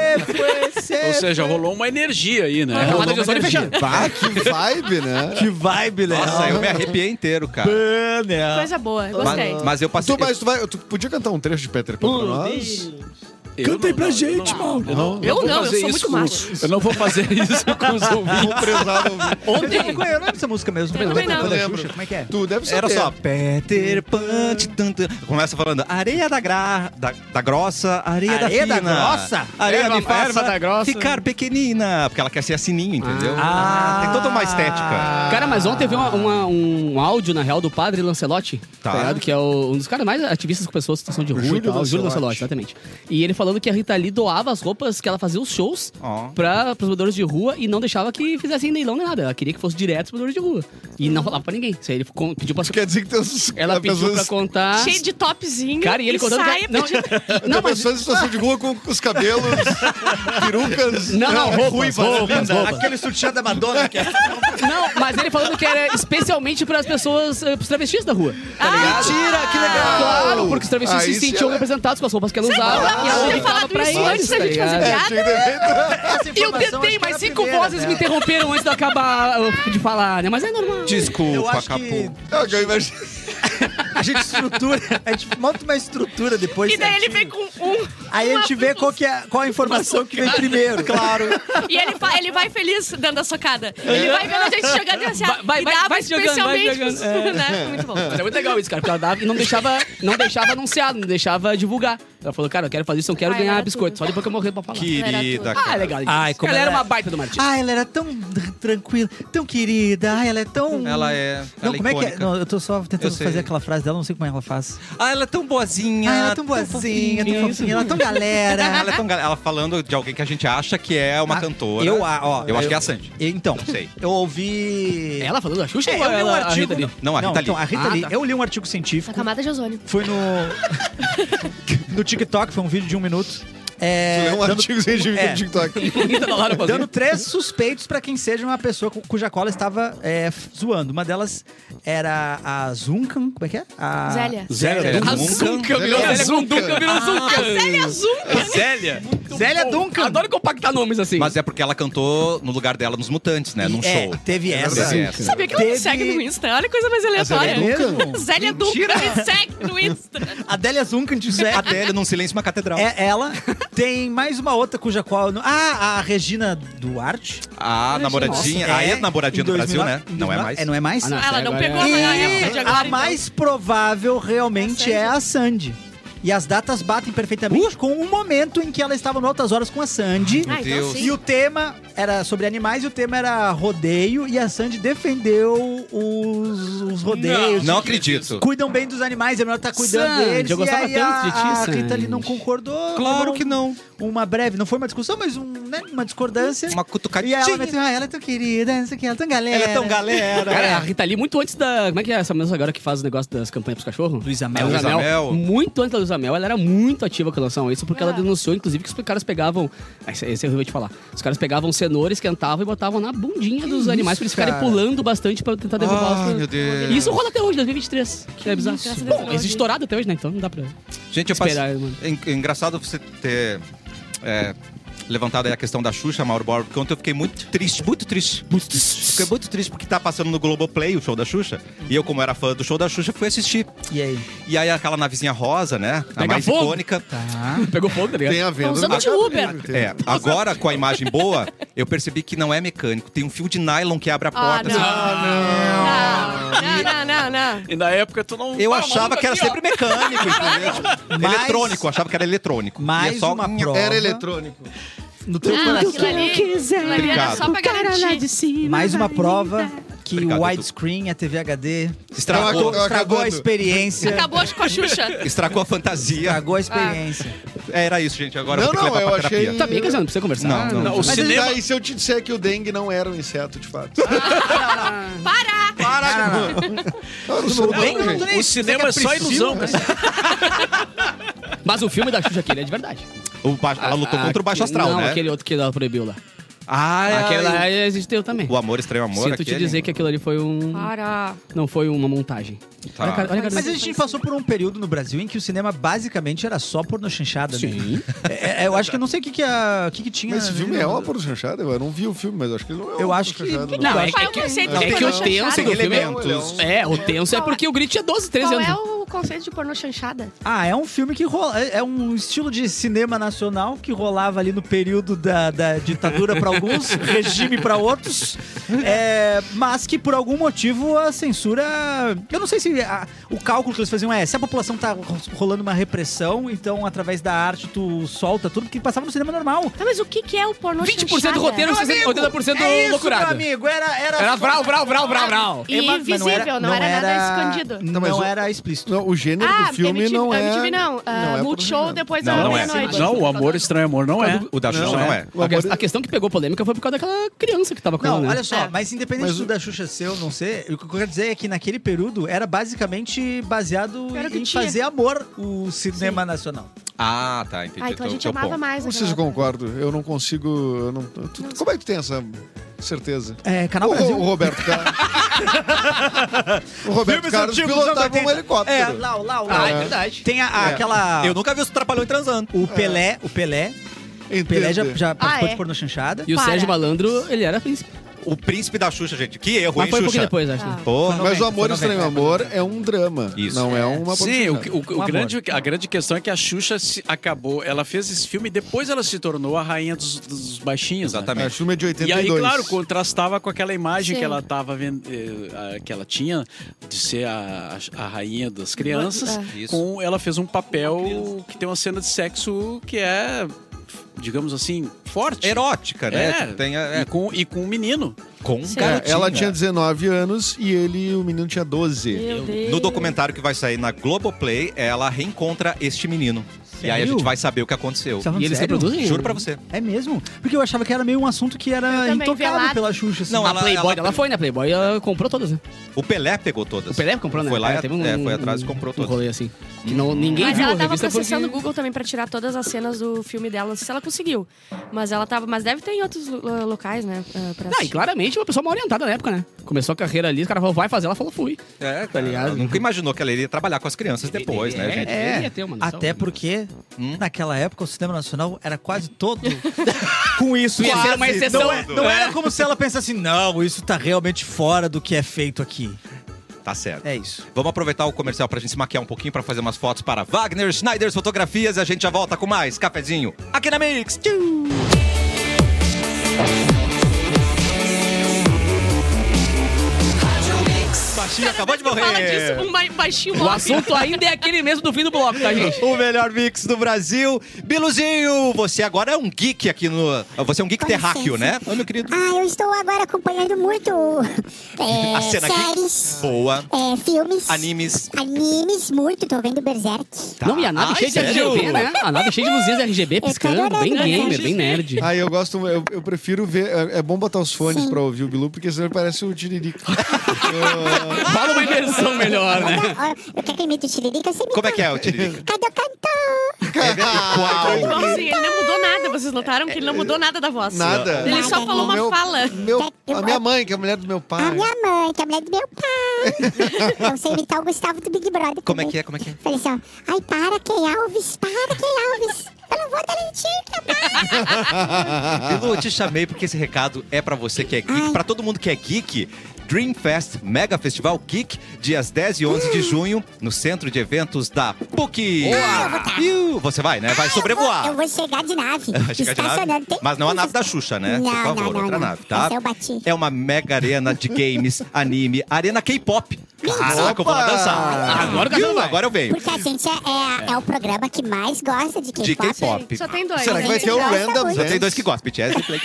É,
Ou seja,
né?
rolou uma energia aí, né?
Aquela
Rolou
de Ozônio
uma energia.
fechando.
Ah, que vibe,
Tipo
né?
Que vibe, né?
Nossa, eu me arrepiei inteiro, cara.
né?
Coisa boa, gostei.
Mas, mas eu passei.
Tu, mas tu, vai, tu podia cantar um trecho de Peter Pan pra nós?
Eu
Canta aí
não-
pra
não,
gente,
eu não-
Mauro.
Eu não,
Eu
vou
não, eu
fazer
sou muito
isso
macho.
com- Eu não vou fazer isso com os ouvintes.
Vou prezar no-
Ontem. Eu não lembro dessa música mesmo.
Eu também
Lembra
não.
da
Lembro.
Xuxa? Como é que é?
Tu deve ser.
Era só Peter Pan. tan, tan. Começa falando areia da, gra, da, da grossa, areia,
Areia
da
da
fina.
grossa?
areia
Erva-
me faça
erva da grossa.
ficar pequenina, porque ela quer ser a sininho, entendeu?
Ah.
tem toda uma estética.
Cara, mas ontem veio uma- uma- um áudio, na real, do padre Lancelotti,
Tá.
tá. ligado? que é o- um dos caras mais ativistas com pessoas em situação de rua
Júlio
e tal, o Júlio
Lancelotti,
Lancelotti, exatamente. E ele falando que a Rita Lee doava as roupas que ela fazia os shows
Ó.
para os moradores de rua e não deixava que fizessem leilão nem nada. Ela queria que fosse direto pros moradores de rua. E não falava pra ninguém. Isso aí ele con- pediu pra...
Quer dizer que tem uns-
Ela
as
pediu pra
pessoas-
contar...
Cheio de topzinho.
Cara, e ele contando... que-
saia
não,
pedindo-
tem
não, mas...
pessoas em situação de rua com, com os cabelos, perucas.
Não, não,
né,
roupas,
ruivas,
roupas, roupas.
Aquele sutiã da Madonna que é.
Não, mas ele falando que era especialmente para as pessoas, eh, pros travestis da rua. Tá
Ah,
ligado?
Mentira, que legal!
Claro, porque os travestis
Aí se
se sentiam
ela-
representados com as roupas que ela usava.
não,
E ela
não,
dedicava
falado
pra
isso antes
eles,
da
tá
gente fazer
ligado?
É, tinha que ter feito.
Eu tentei, mas cinco vozes
né?
me interromperam antes de eu acabar uh, de falar, né? Mas é normal.
Eu
Desculpa,
acho
Capu.
que
É, que eu imagino-
a gente estrutura, a gente monta uma estrutura depois.
E daí ele
certinho.
vem com um.
Aí a gente vê qual, que é, qual a informação que vem primeiro. Claro.
E ele, fa- ele vai feliz dando a socada. Ele vai vendo a gente jogando e assim, ah,
Vai- vai-
e dava
vai jogando, vai
especialmente.
jogando.
né? Muito bom.
Mas é muito legal isso, cara, porque ela dava e não deixava, não deixava anunciado, não deixava divulgar. Ela falou, cara, eu quero fazer isso, eu não quero
Ah,
ganhar
era
biscoito,
tudo.
só depois que eu morrer pra falar.
Querida,
Ah, é
cara.
legal.
Ai, como
ela
ela
era
é-
uma baita do
Tipo-
Martins.
Ah, ela era tão tranquila, tão querida. Ai, ela é tão.
Ela é-
Não,
ela é
como é que é?
icônica.
Não, eu tô só
Eu
tentando
sei.
fazer aquela frase dela, não sei como é que ela faz.
Ah, ela é tão boazinha.
Ah, ela é tão boazinha, tão fofinha, ela é tão galera.
Ela é tão gal- Ela falando de alguém que a gente acha que é uma
Ah,
cantora.
Eu, ah, ó,
Eu acho que é a Sandy.
Então,
sei.
eu ouvi.
Ela falando da Xuxa
É,
ou
eu li um
ela, a
artigo.
Rita Lee?
Não, a Rita Lee.
então,
Tá
a Rita
Ah,
Lee.
tá.
Eu li um artigo
Na
científico.
camada de ozônio.
Foi no. no TikTok, foi um vídeo de um minuto. É,
Tu leu um
dando-
artigo sem dívida
é.
no TikTok.
30 dólares pra
Dando
fazer.
três suspeitos pra quem seja uma pessoa cu- cuja cola estava é, f- zoando. Uma delas era a Zuncan, como é que é? A...
Zélia.
Zélia
A
Duncan.
Zunca virou
Zélia
Zélia Duncan, virou Zunca.
Ah, é
Zélia
Zélia.
Zélia Duncan!
Adoro compactar nomes assim.
Mas é porque ela cantou no lugar dela nos Mutantes, né? Num
E, é,
show.
Teve essa.
Zélia.
Sabia que ela me
Teve-
segue no Insta? Olha que coisa mais aleatória.
Zélia Duncan?
Zélia Duncan me segue no Insta.
A Délia Zuncan de Zé.
Adélia num silêncio uma catedral.
É ela. Tem mais uma outra cuja qual. eu não- Ah, a Regina Duarte.
A namoradinha,
Nossa,
a
é,
ex-namoradinha
em
do Brasil,
2009,
né?
em
Não é
2009,
mais.
É, não é mais?
Ah, não,
Ah, ela
essa
não
agora
pegou
é-
a maior época de
E
agora,
a
então.
mais provável realmente é a Sandy. E as datas batem perfeitamente com o momento em que ela estava no Altas Horas com a Sandy.
Ah, então
Deus.
sim.
E o tema era sobre animais e o tema era rodeio. E a Sandy defendeu os, os rodeios.
Não acredito.
Cuidam bem dos animais, é melhor estar cuidando
Sandy,
deles.
eu gostava
e aí
tanto
a,
de ti,
a
Sandy.
Rita ali não concordou.
Claro
rolou
que não.
Uma breve, não foi uma discussão, mas um, né, uma discordância.
Uma cutucadinha.
E ela meteu, ah, ela é tão querida, não sei o que, ela é tão galera.
Ela é tão galera.
Cara, a Rita Lee, muito antes da. Como é que é essa moça agora que faz o negócio das campanhas pros cachorros?
Luísa
A
Mel.
Luísa Mel.
Muito antes da Luísa Mel, ela era muito ativa com relação a isso, porque
Ah.
ela denunciou, inclusive, que os caras pegavam. Ah, Esse esse eu vou te falar. Os caras pegavam cenoura, esquentavam e botavam na bundinha dos animais pra eles ficarem
cara?
pulando bastante pra tentar derrubar os.
Ai, meu Deus.
E isso rola até hoje, 2023. Que é bizarro.
isso, graças a Deus,
Bom,
hoje.
existe estourado até hoje, né? Então não dá pra.
Gente, eu passei.
Esperar, mano.
en- é Engraçado você ter é, levantado aí a questão da Xuxa, Mauro Borba, porque ontem eu fiquei muito triste, muito triste. Muito triste. Fiquei muito triste porque tá passando no Globoplay o show da Xuxa. E eu, como era fã do show da Xuxa, fui assistir.
E aí?
E aí aquela navezinha rosa, né? A
Pega
mais
fogo.
icônica. Ah.
Tá.
Pegou fogo, tá ligado?
Tem a venda.
Usando
no
de
Mercado
Uber.
Livre, tem.
É, agora com a imagem boa, eu percebi que não é mecânico. Tem um fio de nylon que abre a
Ah,
porta.
não.
assim.
Não, não, não, não.
E na época tu não.
Eu
Ah,
achava
maluco
que era
aqui, ó.
sempre mecânico, entendeu? Tipo,
Mais-
eletrônico, eu achava que era eletrônico.
Mais
e é só
uma
um-
prova.
Era eletrônico.
No teu
Ah,
coração.
aquilo ali, aquilo ali era
Obrigado.
só pra garantir.
Mais uma prova que
Obrigado,
o
Edu.
widescreen, é a TV HD,
Estragou,
Não,
estragou a
Edu.
experiência.
Acabou acho, com a Xuxa.
estragou a fantasia.
Estragou a experiência.
É, Era isso, gente. Agora eu vou
Não,
ter que
não,
levar
eu
pra terapia.
achei.
Tá bem, Cassiano, não precisa conversar.
Não, não,
Não, o
Mas
cinema.
daí, se eu te disser que o dengue não era um inseto, de fato.
Para!
Para! Não, não,
Bem, eu não tô
gente.
nem-
O cinema é só
Priscila,
ilusão, cara.
Mas o filme da Xuxa aqui, ele é de verdade.
O baixo- ela lutou contra o baixo astral,
não,
né?
Ah, aquele outro que ela proibiu lá.
Ah, é.
Aquele lá existiu também.
O amor estranho amor.
Sinto te
aquele.
dizer que aquilo ali foi um.
Para!
Não foi uma montagem.
Tá.
Olha, a cara- olha a cara
Mas a
dele.
gente passou por um período no Brasil em que o cinema basicamente era só pornochanchada, né? É, é, eu acho que eu não sei o que, que, a, o que, que tinha.
Mas esse filme é uma pornochanchada? Eu não vi o filme, mas eu acho que ele não é uma
Eu acho que-
pornochanchada,
Não, é,
Qual é
é
o
que,
conceito
é
de
que o
pornô
tenso
chanchada?
do filme é-
elementos.
É, o tenso é porque o Grit tinha 12, 13
Qual
anos.
é o conceito de pornô chanchada?
Ah, é um filme que rola. É é um estilo de cinema nacional que rolava ali no período da, da ditadura pra alguns, regime pra outros. É, mas que por algum motivo a censura. Eu não sei se a- o cálculo que eles faziam é se a população tá ro- rolando uma repressão, então através da arte tu solta tudo, porque passava no cinema normal.
Tá, mas o que que é o pornô
20%
chanchada?
do roteiro,
Meu amigo,
80%
é isso,
loucurado.
meu amigo, era. Era,
Era vral, vral, vral, vral, vral.
E
É, mas- mas
invisível, não era nada escondido.
Não,
Não, mas o-
era explícito.
Não, o gênero
Ah,
do filme
MTV,
não é...
MTV não. Ah,
não é
Multishow
pornográfico.
depois
Não,
da
não é.
meia-noite.
Não, o amor estranho amor não é.
O da Xuxa não, é.
O
A
amor-
que- A questão que pegou polêmica foi por causa daquela criança que tava com
Não,
ela, né?
olha só,
É.
mas independente
Mas
do
o-
da Xuxa ser ou não ser, o que eu quero dizer é que naquele período era basicamente baseado
Era o que
em
tinha.
fazer amor o cinema nacional.
Ah, tá. Entendi.
Ah, então a
Teu-
gente
teu
amava
ponto.
mais.
Não sei se eu
aquela-
concordo. Eu não consigo... eu não- tu- tu- como é que tu tem essa certeza?
É, Canal
O,
Brasil.
o Roberto Carlos... o Roberto Carlos pilotava um
É,
helicóptero.
lá, lá, lá.
Ah, é verdade.
Tem a- a-
É.
aquela...
Eu nunca vi os trapalhões transando.
O Pelé, o Pelé, o
Entende?
Pelé já, já participou
é?
de porno chanchada.
E o
Para.
Sérgio Malandro, ele era príncipe.
O príncipe da Xuxa, gente. Que erro,
Mas
hein,
foi um
Xuxa? Ah,
pouquinho depois, acho. né?
Porra.
Mas o Amor
Foi
Estranho
noventa,
Amor é um drama.
Isso.
Não é uma
Sim, o,
pornochanchada.
que- o- o
Um amor.
grande, a grande questão é que a Xuxa se acabou. Ela fez esse filme e depois ela se tornou a rainha dos, dos baixinhos. né?
Exatamente.
É, o filme é de
E
82.
aí, claro, contrastava com aquela imagem
Sim.
que ela tava vendo, eh, a- que ela tinha de ser a, a- a rainha das crianças.
É.
Isso.
Com ela fez um papel que tem uma cena de sexo que é, digamos assim, forte.
Erótica, né? Tem a- é,
E com e com um menino.
com um
Sim.
É,
garotinho.
ela tinha
é.
19 anos e ele, o menino, tinha 12.
Meu Deus.
No documentário que vai sair na Globoplay, ela reencontra este menino. E aí a
Sério?
gente vai saber o que aconteceu.
Você tá falando
E eles
sério?
reproduzem?
Juro pra você.
É mesmo? Porque eu achava que era meio um assunto que era
Eu também,
intocável
velado.
pela Xuxa. assim.
Não,
a
ela-
Playboy,
ela-
ela, foi, né? Playboy, ela comprou todas, né?
O Pelé pegou todas.
O Pelé comprou, né?
Foi lá,
É,
e- é, foi atrás e comprou
um
todas. Uhum.
rolê assim. Que não, ninguém
Mas
viu
ela
a
tava
revista
processando o
porque...
Google também pra tirar todas as cenas do filme dela. Não sei se ela conseguiu. Mas ela tava. Mas deve ter em outros lo- lo- locais, né? ah, pra
Não, e
assistir.
claramente uma pessoa mal orientada na época, né? Começou a carreira ali, os caras falaram, vai fazer, ela falou, fui.
É,
Tá ligado?
ela Nunca imaginou que ela iria trabalhar com as crianças depois, né, gente?
É, deveria ter uma noção.
né?
Até porque, naquela época, o cinema nacional era quase todo com isso.
Ia
Quase.
ser uma exceção.
Não, é- não era como se ela pensasse assim, não, isso tá realmente fora do que é feito aqui.
Tá certo.
É isso.
Vamos aproveitar o comercial pra gente se maquiar um pouquinho pra fazer umas fotos para Wagner Schneiders Fotografias e a gente já volta com mais cafezinho aqui na Mix. Tchau! Baixinho acabou de
Fala
morrer.
disso, um mai- baixinho
O
óbvio.
assunto ainda é aquele mesmo do fim do bloco, tá, gente?
O melhor mix do Brasil. Biluzinho, você agora é um geek aqui no. Você é um geek
Com
terráqueo, né?
licença.
Ô, meu querido.
Ah, eu estou agora acompanhando muito é,
A cena aqui.
séries,
Boa.
é, filmes,
Animes.
animes muito. Tô vendo Berserk.
Não, e a nave
Tá. Ai,
cheia de
sério? É, né,
RGB, né? A nave cheia de luzinhas RGB piscando, bem gamer, bem nerd.
Ah, eu gosto, eu, eu prefiro ver. É, é bom botar os fones pra ouvir o Bilu, porque senão ele parece o Tiririca.
Fala uma inversão melhor, né?
Olha, olha, Eu quero que imite o Tiririca, você me
Ah, Como é que é o
conta.
Tiririca?
Cadê o cantor?
Qual?
Então,
Igual assim, ele não mudou nada. Vocês notaram que ele não mudou nada da voz.
Nada.
Ele só
O
falou uma
meu-
fala.
meu- a minha mãe, que é a mulher do meu pai.
A minha mãe, que é a mulher do meu pai. Não sei imitar o Gustavo do Big Brother.
Como é
também.
que é? Como é que é?
Falei assim, ó. Ai, para, Key Alves. Para, Key Alves. Eu não vou dar lentilha, para.
Bilu, eu te chamei porque esse recado é pra você que é geek,
Ai.
pra todo mundo que é geek. Dreamfest Mega Festival Geek, dias 10 e
Hum.
11 de junho, no centro de eventos da PUC. Iu, Você vai, né? Vai sobrevoar.
Eu vou, eu vou chegar de nave.
Vai chegar de nave,
Estacionando. Tem- assim.
Mas não a
tem
nave da
estacion-
Xuxa, né?
Não,
Por favor,
não, não,
outra
não.
nave, tá?
Essa eu bati.
É uma mega arena de games, anime, arena K-pop. Caraca, eu vou lá dançar.
Agora o Cassiano
Iu,
vai.
Agora eu venho.
Porque a gente é, é, é o programa que mais gosta de K-pop.
De K-pop.
Só tem dois. né?
Será que vai ter o
Gosta
Random
muito.
Só tem
Dance?
dois que gostam, BTS e Play.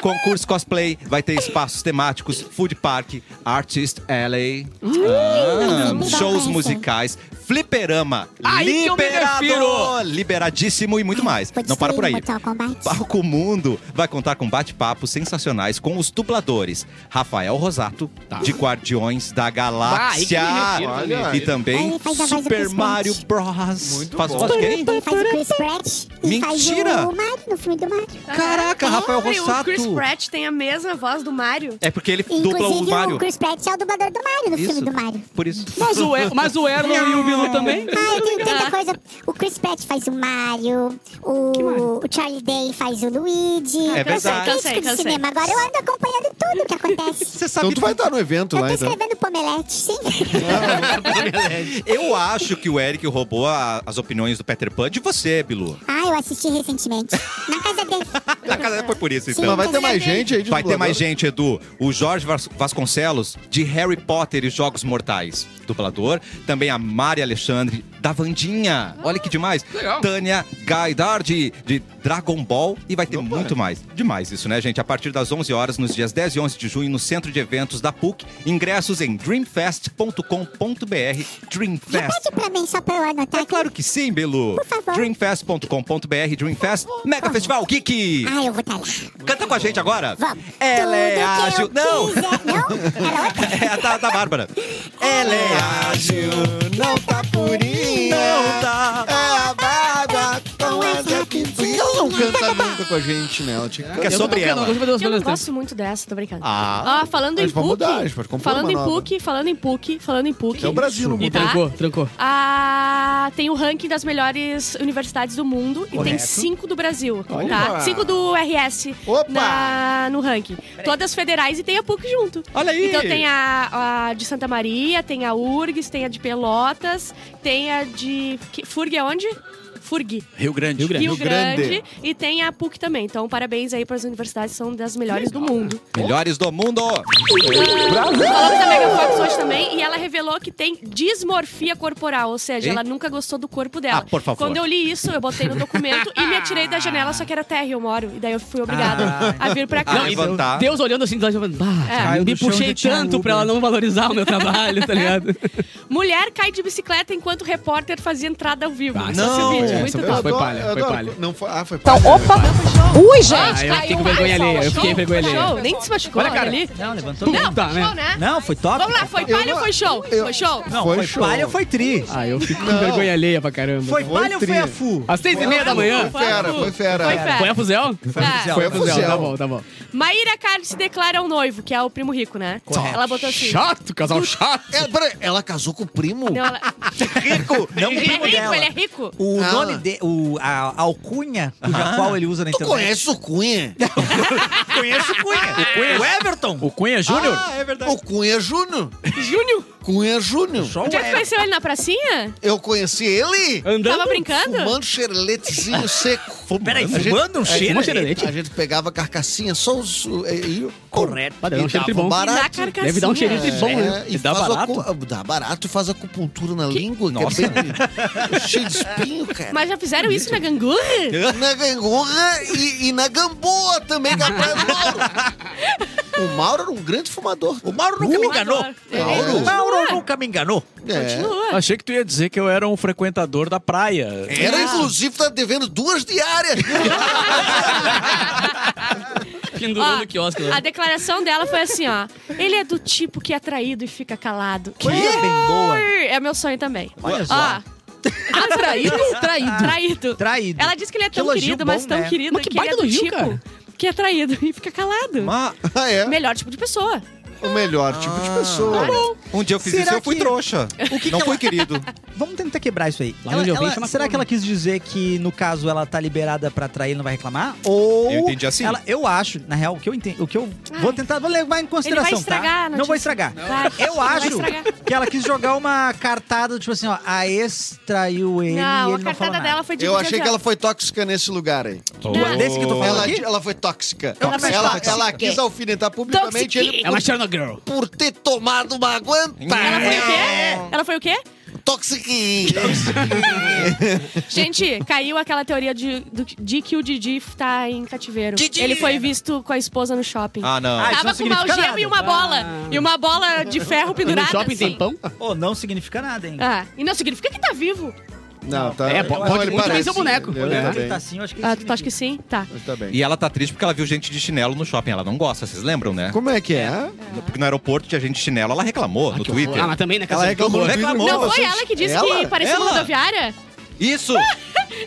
Concurso cosplay, vai ter espaços temáticos, food park, artist alley,
então
ah,
Hum.
shows
Hum.
musicais, fliperama,
Aí que eu me
liberado,
refiro.
liberadíssimo e muito mais.
Vou
Não para por aí.
destruir o Mortal Kombat.
Palco Mundo vai contar com bate-papos sensacionais com os dubladores Rafael Rosato, de Guardiões da Galáxia,
Ah, Tá. aí que eu me refiro,
e
olha.
também
Aí faz a voz do
Super
Chris
Mario
Pratt.
Bros.
Muito
faz
bom.
voz de quem?
Ele faz o Chris Pratt e
Mentira!
faz o Mario no filme do Mario.
Caraca, Rafael
O Chris
Rossato.
Pratt tem a mesma voz do Mario.
É porque ele dupla o
Inclusive,
Mario.
o Chris Pratt é o dublador do Mario no
Isso.
filme do Mario.
Por isso.
Mas o, E- mas o Erlon e o Bilu também.
É
Ah, eu tenho tanta coisa. O Chris Pratt faz o Mario, o, o Charlie Day faz o Luigi.
É
Eu sou
verdade.
crítica
Cansei,
de
cansei.
cinema agora, eu ando acompanhando tudo o que acontece.
Você sabe
Então tu vai estar no evento
Eu
lá,
tô
então.
escrevendo Pomelete, sim.
Eu acho que o Eric roubou a- as opiniões do Peter Pan de você, Bilu.
Ah, eu assisti recentemente. Na casa dele.
Na casa foi por isso,
Sim.
então.
Mas vai ter mais gente aí de
Vai ter
dublador?
mais gente, Edu. O Jorge Vas- Vasconcelos, de Harry Potter e Jogos Mortais, dublador. Também a Mari Alexandre, da Vandinha. Olha que demais. Tânia Gaidardi, de Dragon Ball. E vai ter muito mais. Demais isso, né, gente? A partir das 11 horas, nos dias 10 e 11 de junho, no Centro de Eventos da PUC. Ingressos em dreamfest.com.br. Dreamfest.
Repete pra mim só pra eu anotar.
É claro
aqui.
que sim, Belu.
Por favor.
Dreamfest.com.br, Dreamfest, Mega Festival Geek.
Ah, eu vou estar lá.
Canta com a gente agora.
Vamos.
Ela
Tudo
é
que
ágil.
eu Tá
Não!
quiser- Não? Era outra?
É a da, da Bárbara. Ela é ágil,
Não tá purinha.
não tá.
É a barba
com as rapidinhas.
Por que ela é não canta nunca com a gente, né? Ela tinha que
Que é
cantar.
sobre
Eu
ela.
não gosto de fazer
Eu não
umas coisas.
gosto muito dessa, tô brincando.
Ah.
falando
A
em
gente vai
PUC.
mudar, a gente pode comprar
falando
uma
em
nova.
PUC, falando em PUC, falando em tá? PUC.
É o Brasil no
E
mundo.
trancou, trancou.
Ah, tem o ranking das melhores universidades do mundo e tem cinco do Brasil, tá? Cinco do RS
Opa!
na- no ranking. Todas federais e tem a PUC junto.
Olha aí.
Então tem a, a de Santa Maria, tem a URGS, tem a de Pelotas, tem a de... que- FURG é onde? FURG.
Rio Grande.
Rio Grande.
Rio Grande.
Grande.
E tem a PUC também. Então parabéns aí para as universidades, são das melhores do mundo.
Melhores do mundo.
Falamos da Megan Fox hoje também e ela revelou que tem dismorfia corporal, ou seja,
E?
ela nunca gostou do corpo dela.
Ah, por favor.
Quando eu li isso, eu botei no documento e me atirei da janela, só que era terra e eu moro. E daí eu fui obrigada a vir pra cá.
Ah,
então,
levantar.
Deus olhando assim, Deus falando, bah,
É.
me
Caiu do chão,
puxei
já tinha
tanto
Uber.
pra ela não valorizar o meu trabalho, tá ligado?
Mulher cai de bicicleta enquanto o repórter fazia entrada ao vivo.
Ah,
Esse é o
não.
vídeo.
é,
muito
Eu
essa
top.
foi
adoro-
palha,
eu
foi
adoro-
palha.
Não foi, ah, foi
Então,
palha.
opa! Ui, gente,
eu fiquei
caiu.
com vergonha alheia, eu fiquei com vergonha
Show,
alheia.
nem se machucou,
Olha, cara.
ali.
Não, levantou.
Não,
Tá,
show,
né?
né?
Não, foi top.
Vamos lá, foi
Eu
palha ou
não-
foi show?
eu-
Foi show?
Não,
Foi
foi,
show.
palha ou foi tri?
Ah, eu fico com
Não.
vergonha alheia pra caramba.
Foi palha ou foi
tri.
a fu?
Às seis e meia da manhã?
Foi fera, foi fera.
Foi fera.
Foi a Fuzel?
É.
Foi a
Fuzel, tá
fusel.
bom, tá bom.
Maíra Cardi se declara ao noivo, que é o primo rico, né? Ela botou assim.
Chato, casal chato.
Ela, peraí, ela casou com o primo?
Não, ela-
Rico. Não,
Ele é
primo
rico,
dela.
ele é rico.
O
Ah.
nome de. O, a, a alcunha cuja qual ele usa na
Tu
internet.
conhece o Cunha?
Conheço o Cunha. O Everton.
O Cunha Júnior?
Ah, é verdade.
O Cunha Júnior. Júnior?
é
Cunha Júnior.
Só o
Já
Everton.
conheceu ele na pracinha?
Eu conheci ele
Tava brincando?
fumando xereletezinho seco. Né?
Peraí, fumando um cheiro?
Uma xerelete.
A gente pegava carcassinha, só os... E, e, Correto.
Mas deve dar um cheiro de bom.
Na
barato.
carcassinha.
Deve dar um cheirinho de bom, né?
É, e
dá
faz
barato?
acu- Dá barato e faz acupuntura na língua, que é bem cheio de espinho, cara.
Mas já fizeram isso na gangorra?
É.
Na gangorra e, e na gamboa também, que é a praia do Mauro. O Mauro era um grande fumador. O Mauro
Nunca me enganou.
Ele
Mauro?
Mauro nunca me enganou.
é.
continua.
Achei que tu ia dizer que eu era um frequentador da praia.
É.
Era,
Ah.
inclusive, tá devendo duas diárias.
Pendurou
Ó,
no quiosque né?
A
lá.
declaração dela foi assim, ó. Ele é do tipo que é traído e fica calado.
Que bem boa.
É meu sonho também.
Olha só.
Ó.
Atraído ou traído?
Traído.
Traído.
Ela disse que ele é tão
elogio
querido,
bom,
mas tão
né?
querido
Mas que
que ele é
baita
do
elogio,
tipo
cara.
que é traído e fica calado.
Mas
Ah, é?
Melhor tipo de pessoa.
Tá
O melhor tipo de pessoa.
um dia eu fiz
Será
isso e eu fui
que-
trouxa. não fui querido.
Vamos tentar quebrar isso aí.
Lá
Ela-
onde eu vim,
ela-
chama
será que
corno.
ela quis dizer que, no caso, ela tá liberada pra trair e não vai reclamar? Ou.
Eu entendi assim.
Ela, eu acho, na real, o que eu entendo. O que eu
Ai.
vou tentar vou levar em consideração.
Ah. estragar a
tá? Não
notícia.
vou estragar.
Vai,
Eu
ele vai
acho
estragar.
que ela quis jogar uma cartada, tipo assim, ó, a ex traiu ele e
não, a
ele não fala
cartada
nada.
dela foi de
Eu achei que
anos.
ela foi tóxica nesse lugar aí.
Tu- Desse que eu tô falando
Ela,
aqui?
ela foi tóxica.
Ela foi
ela,
tóxica.
ela quis alfinetar publicamente ele
É uma Chernobyl.
por ter tomado uma aguanta.
Ela foi o quê? Ela foi o
É.
quê?
Toxiquinho.
Gente, caiu aquela teoria de, do- de que o Didi tá em cativeiro.
Didi!
Ele foi visto com a esposa no shopping.
Ah, não.
Ah, isso
Tava
não
com uma
significa
algema
nada.
e uma bola.
Ah.
E uma bola de ferro
E No
pendurada.
shopping
assim.
tem pão?
Ô, não significa nada, hein?
Ah, e não significa que tá vivo.
Não, tá.
É, pode-
não,
pode
ele
muito bem
parece.
ser boneco.
Ele
Pode
tá
muito
Ele
bem.
tá assim, eu acho que
Ah,
isso
tu acha que sim? Tá.
Ele tá bem.
E ela tá triste porque ela viu gente de chinelo no shopping. Ela não gosta, vocês lembram, né?
Como é que é?
Porque no aeroporto tinha gente de chinelo, ela reclamou no Twitter.
Ah, mas também, né?
Ela
Ela
reclamou no Twitter.
Reclamou.
Não
Pô,
foi ela que disse que parecia
Ela?
uma rodoviária?
Isso!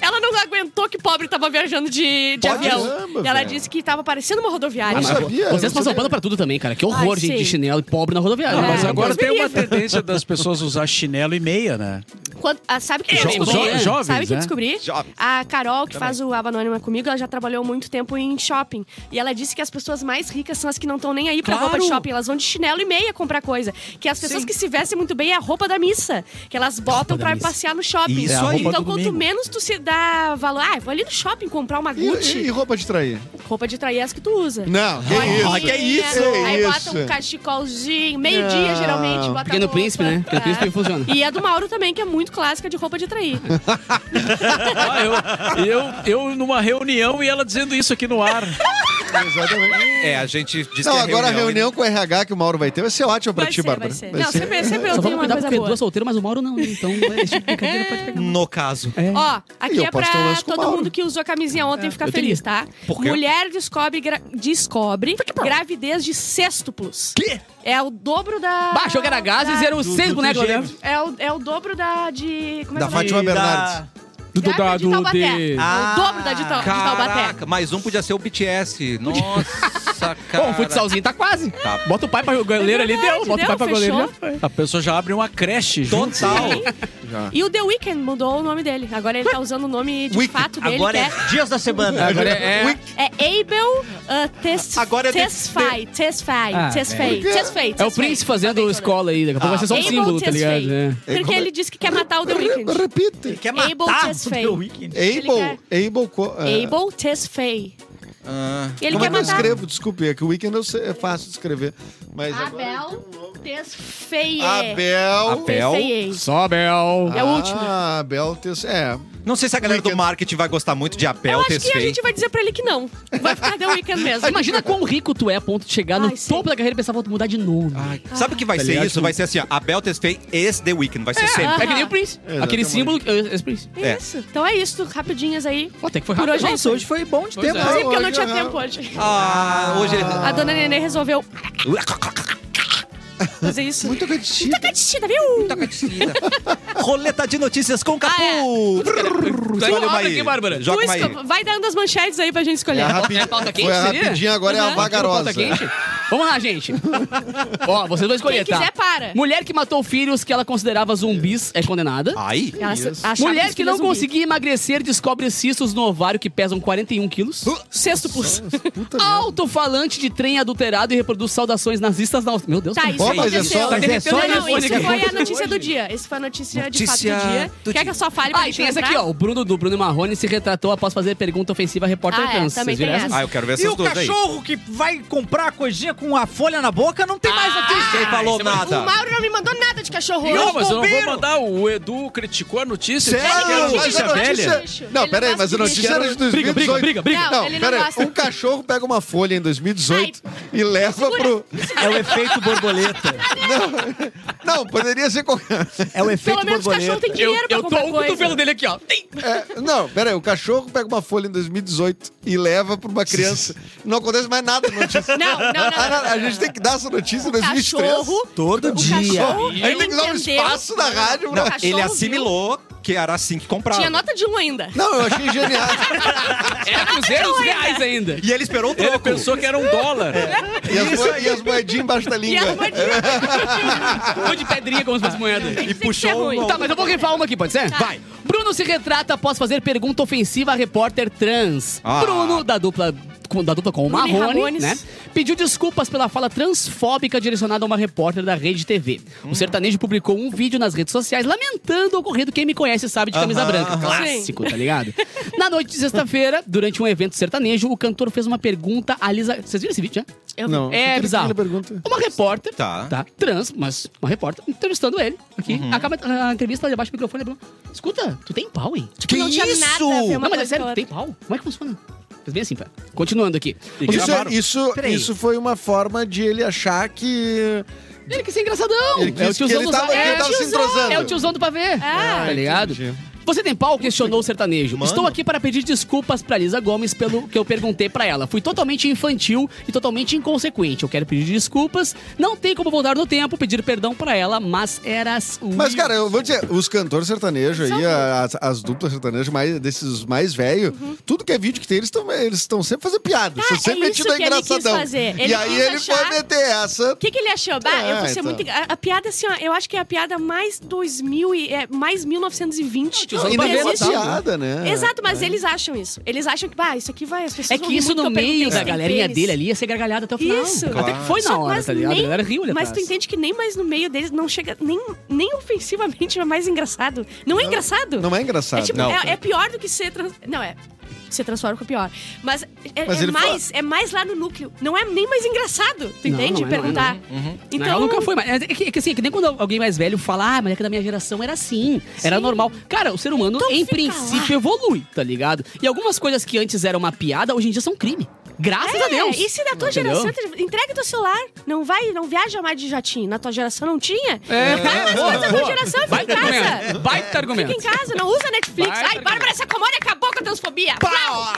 Ela não aguentou que pobre tava viajando de, de
Pode
avião.
caramba,
ela
velho.
disse que tava parecendo uma rodoviária.
Não sabia.
Vocês
não
passam
sabia.
pano pra tudo também, cara. Que horror,
Ai,
gente,
sim.
de chinelo e pobre na rodoviária.
Não, mas
É,
agora
Deus
tem
me
uma
livre.
tendência das pessoas usar chinelo e meia, né?
Quando- ah, sabe
É,
o que eu
Jo-
descobri?
jo-
jovens,
sabe o que eu
né?
descobri?
Jovens.
A Carol, que faz o Aba Anônima comigo, ela já trabalhou muito tempo em shopping. E ela disse que as pessoas mais ricas são as que não estão nem aí pra
Claro.
roupa de shopping. Elas vão de chinelo e meia comprar coisa. Que as pessoas que se vestem muito bem é a roupa da missa. Que elas botam
da
pra
missa.
passear no shopping.
Isso É a aí. roupa
Então,
do
quanto
domingo.
menos tu se dá valor... Ah, vou ali no shopping comprar uma
E,
Gucci.
e- e roupa de trair?
Roupa de trair é as que tu usa.
Não, que
Bolinha,
isso. Que
né? Aí
isso.
bota um cachecolzinho, meio-dia
Não.
geralmente. Bota
Pequeno
roupa.
príncipe, né? Pequeno
É.
príncipe funciona.
E a do Mauro também, que é muito clássica de roupa de trair.
Ah, eu, eu, eu numa reunião e ela dizendo isso aqui no ar.
Exatamente.
É, a gente disse
Não,
que é
agora a reunião
e-
com o RH que o Mauro vai ter vai ser ótimo pra
Vai
ti,
ser,
Bárbara.
vai ser. Não, sempre, sempre eu tenho
Só vamos
uma
cuidar
coisa
porque
boa.
duas solteiras, mas o Mauro não, né? Então, esse tipo de brincadeira pode pegar.
No caso.
Ó,
E
aqui
eu
é
posso ter um
pra
lance com o
todo
Mauro.
mundo que usou a camisinha ontem ficar
eu teria.
feliz, tá?
Por quê?
Mulher descobre, gra- descobre gravidez de sextuplos. Quê? É o dobro da...
Baixou que era gás e um.
da-
fizeram seis bonecos lá dentro.
É o, é o dobro da de... Como é
Da
que é o nome?
Fátima
E da-
Bernardes.
Grávida de Taubaté. É
Ah.
O dobro da de, Tau- de Taubaté.
Caraca, mais um podia ser o BTS. Nossa, cara.
Bom, o futsalzinho tá quase.
Tá.
Bota o pai pra goleiro ali,
verdade,
deu. Bota o
deu,
pai pra goleiro.
fechou.
já foi.
A pessoa já abre uma creche junto.
Total.
E o The Weeknd mudou o nome dele. Agora ele tá usando o nome de fato dele,
Agora
que
é
é...
dias da semana.
Agora é. é-
É Abel uh, Test,
Agora é de-
Tesfai, Tesfai,
Ah,
Tesfai,
é.
Tesfai, Tesfai.
É o príncipe
Falei
fazendo
toda.
escola aí. Daqui a pouco vai ser só um
Abel
símbolo, tá
Tesfai.
ligado? É.
Porque ele disse que quer matar o The Weeknd.
Repite.
Quer
Abel
matar
Tess
o
Fay.
The Weeknd.
Able, Able, co- é,
Abel Tesfai.
Ah,
Ele
Como é
quer
que eu
matar...
escrevo? Desculpe, é que o Weekend eu sei- é fácil de escrever. Mas agora
Abel.
tem um novo-
Desfeiei.
Abel.
É.
Desfeiei.
Só Abel.
É o último.
Ah, Abel. Tes... É.
Não sei se a galera do marketing vai gostar muito de Apel
Eu acho que a
Tesfei.
gente vai dizer pra ele que não. Vai ficar The Weeknd mesmo.
Imagina quão rico tu é a ponto de chegar no topo da carreira e pensar, vou mudar de nome.
Sabe o que vai
Tá
ser
ligado?
isso? Vai ser assim, ó. Abel Tesfei is The Weeknd. Vai ser
É,
sempre.
É que nem o Prince.
Exatamente.
Aquele símbolo. que- Esse Prince.
É.
Isso. Então é isso, rapidinhas aí.
Até que foi
Por
rápido.
hoje é isso.
hoje foi bom de
Pois
Tempo,
é.
Sim, porque eu não tinha tempo hoje.
Ah, hoje...
A dona Nenê resolveu fazer isso. Muito
gaticida.
Muita gaticida, viu? Muita
gaticida. Roleta de notícias
Ah, é.
com Capu. Escolhe uma
abre
aí.
aqui, Bárbara.
Joga uma aí.
Vai dando as manchetes aí pra gente escolher.
É a rapi- É a
pauta quente,
Foi a
seria?
rapidinha, agora é a
Uhum.
vagarosa.
Pauta quente? Vamos lá, gente. Ó, vocês vão escolher,
Quem quiser,
tá?
para.
Mulher que matou filhos que ela considerava zumbis é condenada.
Ah.
Aí.
Ela se- achava
Mulher
que
que
filho é
não
zumbi.
conseguia emagrecer descobre cistos no ovário que pesam 41 quilos.
Uh!
Sextuplos. Alto-falante de trem adulterado e reproduz saudações nazistas na Austrália. Meu Deus.
Tá,
cara.
isso aí aconteceu.
Tá derretendo o
não,
telefone
isso
aqui.
foi a notícia do dia. Esse foi a notícia,
Notícia
de fato do dia.
do
Quer que
dia.
eu só fale pra
Ah, e
gente
tem essa
entrar?
aqui, ó. O Bruno do Bruno Marrone se retratou após fazer pergunta ofensiva a repórter
Ah, é,
trans.
também
Vocês viram
tem
essa?
essa. Ah, eu
quero ver
E o cachorro que vai comprar a coisinha com a folha na boca não tem é mais aqui.
Quem falou nada?
O Mauro não me mandou nada de cachorro.
Não, mas eu não vou
bombeiro.
mandar. O Edu criticou a notícia.
Sério?
disse que era
Mas a notícia- Não,
Ele
peraí,
não
mas a
gosta
notícia
de
era de
briga. Briga,
2018.
briga, briga, briga. Não,
Não,
ele não
peraí.
gosta.
Um cachorro pega uma folha em 2018 e leva pro...
É o efeito borboleta.
Não, não, poderia ser qualquer...
É o efeito
Pelo menos o cachorro tem dinheiro pra
eu tô
comprar
o
coisa.
cotovelo dele aqui, ó. Tem.
É, não, peraí, o cachorro pega uma folha em 2018 e leva pra uma criança. Não acontece mais nada na notícia.
Não, não, não.
Ah, A gente tem que dar essa notícia em
O
2023.
cachorro-
Todo
o
dia.
cachorro,
A gente tem que dar um
entendeu.
espaço na rádio.
Não,
pra-
ele
viu?
assimilou que era assim que comprava.
Tinha nota de um ainda.
Não, eu achei genial.
É cruzeiros reais ainda.
E ele esperou o
Ele
troco.
pensou que era um dólar.
E as,
Isso
mo-
aí.
e as moedinhas embaixo da
E
língua.
a armadilha.
Foi de pedrinha como se fosse moeda.
E
que ser
puxou
ruim. Tá.
um...
Tá, mas eu vou rifar uma aqui, pode ser? Vai. Bruno se retrata após fazer pergunta ofensiva a repórter trans.
Ah.
Bruno, da dupla. com- Da dupla com o
Bruno e
Marrone,
Ramones.
né? Pediu desculpas pela fala transfóbica direcionada a uma repórter da Rede TV.
Hum.
O sertanejo publicou um vídeo nas redes sociais lamentando o ocorrido. Quem me conhece sabe de camisa branca. Clássico, tá ligado? Na noite de sexta-feira, durante um evento sertanejo, o cantor fez uma pergunta a Lisa. Vocês viram esse vídeo, né?
Eu-
Não.
É
O que que
bizarro.
ele pergunta?
Uma repórter,
Tá.
tá. Trans, mas uma repórter, entrevistando ele. Aqui. Acaba ah, a entrevista, debaixo do microfone, Bruno. Escuta, tu tem pau, hein?
Que
Tipo, Não tinha nada a ver
isso?
uma
não, mas é
coisa
sério,
com a
tu tem pau? Como é que funciona? Faz bem assim, pá. Continuando aqui.
E
Isso, é-
gravaram.
isso,
Peraí.
isso foi uma forma de ele achar que.
Ele quis ser engraçadão.
Ele
é o
quis-
tiozão
que
do
ele tava-
é,
ele
o
tava se
tiozão,
entrosando.
É o tiozão do pavê.
Ah,
tá ligado?
entendi.
Você tem pau? Questionou o sertanejo.
Mano.
Estou aqui para pedir desculpas para Lisa Gomes pelo que eu perguntei para ela. Fui totalmente infantil e totalmente inconsequente. Eu quero pedir desculpas. Não tem como voltar no tempo, pedir perdão para ela, mas era...
Mas, cara, eu vou dizer, os cantores sertanejos aí, as, as duplas sertanejas mais, desses mais velhos, tudo que é vídeo que tem, eles estão eles tão sempre fazendo piada.
Uhum. Ah,
São
é
sempre
isso
metido a
que ele quis
engraçadão.
fazer. Ele
e aí
quis
ele
achar-
foi meter essa.
O que, que ele achou? Bah, eu vou
Ah,
ser
então.
muito. engra- A, a piada, assim, ó, eu acho que é a piada mais 2000 e. É, mais 1920.
Não,
E
Pra
não
ver
é uma
existe.
piada, né?
Exato, mas eles acham isso. Eles acham que, bah, isso aqui vai. As pessoas
É
vão
que
rir
isso
muito
no
que eu perguntei
meio
se
da
tem
galerinha
pênis.
dele ali ia ser gargalhada até o final.
Isso.
Até que foi na
Só-
hora,
mas
tá ligado?
nem-
a galera riu ali
Mas tu
atrás.
entende que nem mais no meio deles não chega. Nem, nem ofensivamente é mais engraçado. Não é engraçado?
Não é engraçado.
É, tipo,
Não.
é, é pior do que ser trans... Não, é. Ser transfóbico é pior. Mas é,
Mas
é
ele
mais, é mais lá no núcleo. Não é nem mais engraçado. Tu
Não,
entende?
não é,
Perguntar.
Então...
Então.
nunca foi, mas é que, é que assim, é que nem quando alguém mais velho fala, ah, mas é que da minha geração era assim, era normal. Cara, o ser humano,
Então
em
fica
princípio,
lá.
evolui, tá ligado? E algumas coisas que antes eram uma piada, hoje em dia são crime. Graças a Deus.
É, E se na tua
Entendeu?
geração. Entrega teu celular. Não vai, não viaja mais de jatinho. Na tua geração não tinha?
É.
Vai mais
Boa,
coisa da tua
boa. né?
geração e fica em
Baita
casa.
argumento. Baita argumento.
Fica em casa, não usa Netflix.
Baita
Ai, Bárbara Sacomori acabou com a transfobia. Plau!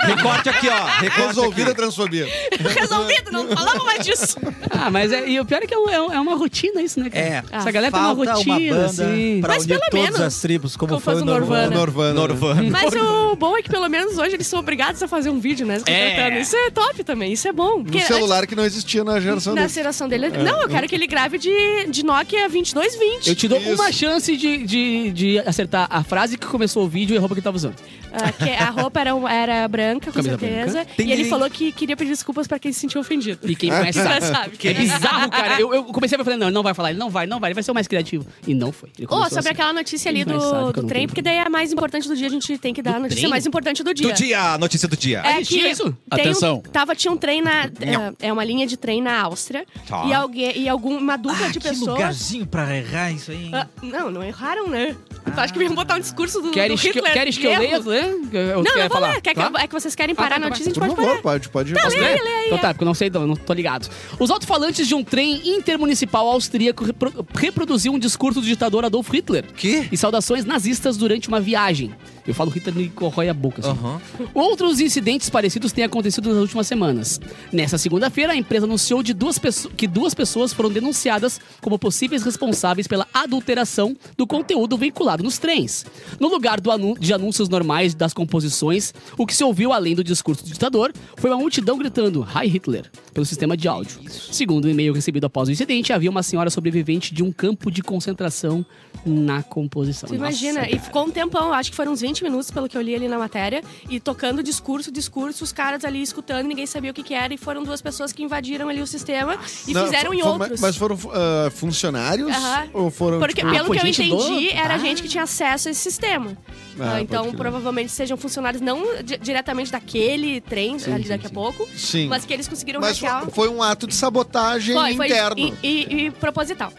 Recorte aqui, ó. Recorte
Resolvida a
aqui.
transfobia.
Resolvido, não falamos mais disso.
Ah, mas é, e o pior é que é, um- é um- é uma rotina isso, né? cara?
É.
Essa galera tem uma
Falta
rotina,
banda
assim.
pra
Mas
unir
pelo
todas
menos,
as tribos, como,
como
foi
faz
o
o
Norvana.
Norvana.
Norvana. né?
Norvana.
Mas o bom é que pelo menos hoje eles são obrigados a fazer um vídeo, né? se contratando. Isso é top também, isso é bom.
No celular que não existia na geração
na
dele.
geração
É.
dele. Não, eu quero que ele grave de, de Nokia 2220.
Eu te dou
Isso.
uma chance de, de, de acertar a frase que começou o vídeo e a roupa que tava usando.
Ah, que a roupa era, um- era branca, com
Camisa
certeza.
branca.
E ele
Tem-
falou que queria pedir desculpas pra quem se sentiu ofendido.
E quem conhece
Já
sabe.
sabe.
É bizarro, cara. Eu, eu comecei a falar, não, ele não vai falar, ele não vai, não vai, ele vai ser o mais criativo. E não foi. Ele
Ou
começou
sobre
assim.
aquela notícia ali
Quem mais sabe
do,
que eu
do
não
trem,
tenho.
porque daí é a mais importante do dia, a gente tem que dar a notícia
trem?
mais importante do dia.
Do dia, a notícia do dia.
É que
Existia Ah, isso?
tem um-
Atenção.
tava, tinha um trem na.
Não.
É é uma linha de trem na Áustria.
Tá.
E, alguém, e algum, uma dupla
Ah,
de
Que
pessoas.
lugarzinho pra errar isso aí, hein?
Ah, não, não erraram, né? Tu acha que vão botar um discurso do,
Ah. Queres
do
que, eu-
Hitler?
queres que eu
de
leia?
erros?
né? Eu- eu
Não,
quero
não vou
falar.
ler. Quer que
Tá?
eu- é que vocês querem parar a notícia, a gente
Por
pode
favor,
parar.
pode, pode.
Tá,
pode-
lê, lê, lê.
Então tá, porque eu não sei, não, não tô ligado. Os alto-falantes de um trem intermunicipal austríaco repro reproduziu um discurso do ditador Adolf Hitler.
Que?
E saudações nazistas durante uma viagem. Eu falo Hitler me corrói a boca, assim.
Aham.
Outros incidentes parecidos têm acontecido nas últimas semanas. Nessa segunda-feira, a empresa anunciou de duas pesso- que duas pessoas foram denunciadas como possíveis responsáveis pela adulteração do conteúdo veiculado nos trens. No lugar do anu- de anúncios normais das composições, o que se ouviu além do discurso do ditador foi uma multidão gritando Hi Hitler pelo sistema de áudio. Segundo o e-mail recebido após o incidente, havia uma senhora sobrevivente de um campo de concentração na composição.
Tu imagina,
é
Nossa,
e ficou um tempão, acho que foram uns 20 minutos, pelo que eu li ali na matéria, e tocando discurso, discurso, os caras ali escutando, ninguém sabia o que, que era, e foram duas pessoas que invadiram ali o sistema e
Não,
fizeram em
fo-
outros.
Mas foram ah, funcionários?
Aham.
Ou foram.
Porque,
tipo,
pelo
foi
que eu
gente
entendi,
do-
era
Ah.
gente que tinha acesso a esse sistema.
Ah,
Ah, então,
pode crer.
provavelmente sejam funcionários não di- diretamente daquele trem, ali daqui a pouco,
Sim.
mas que eles conseguiram
Mas
hackear.
fo- foi um ato de sabotagem
Foi, foi
interno.
e, e- e proposital.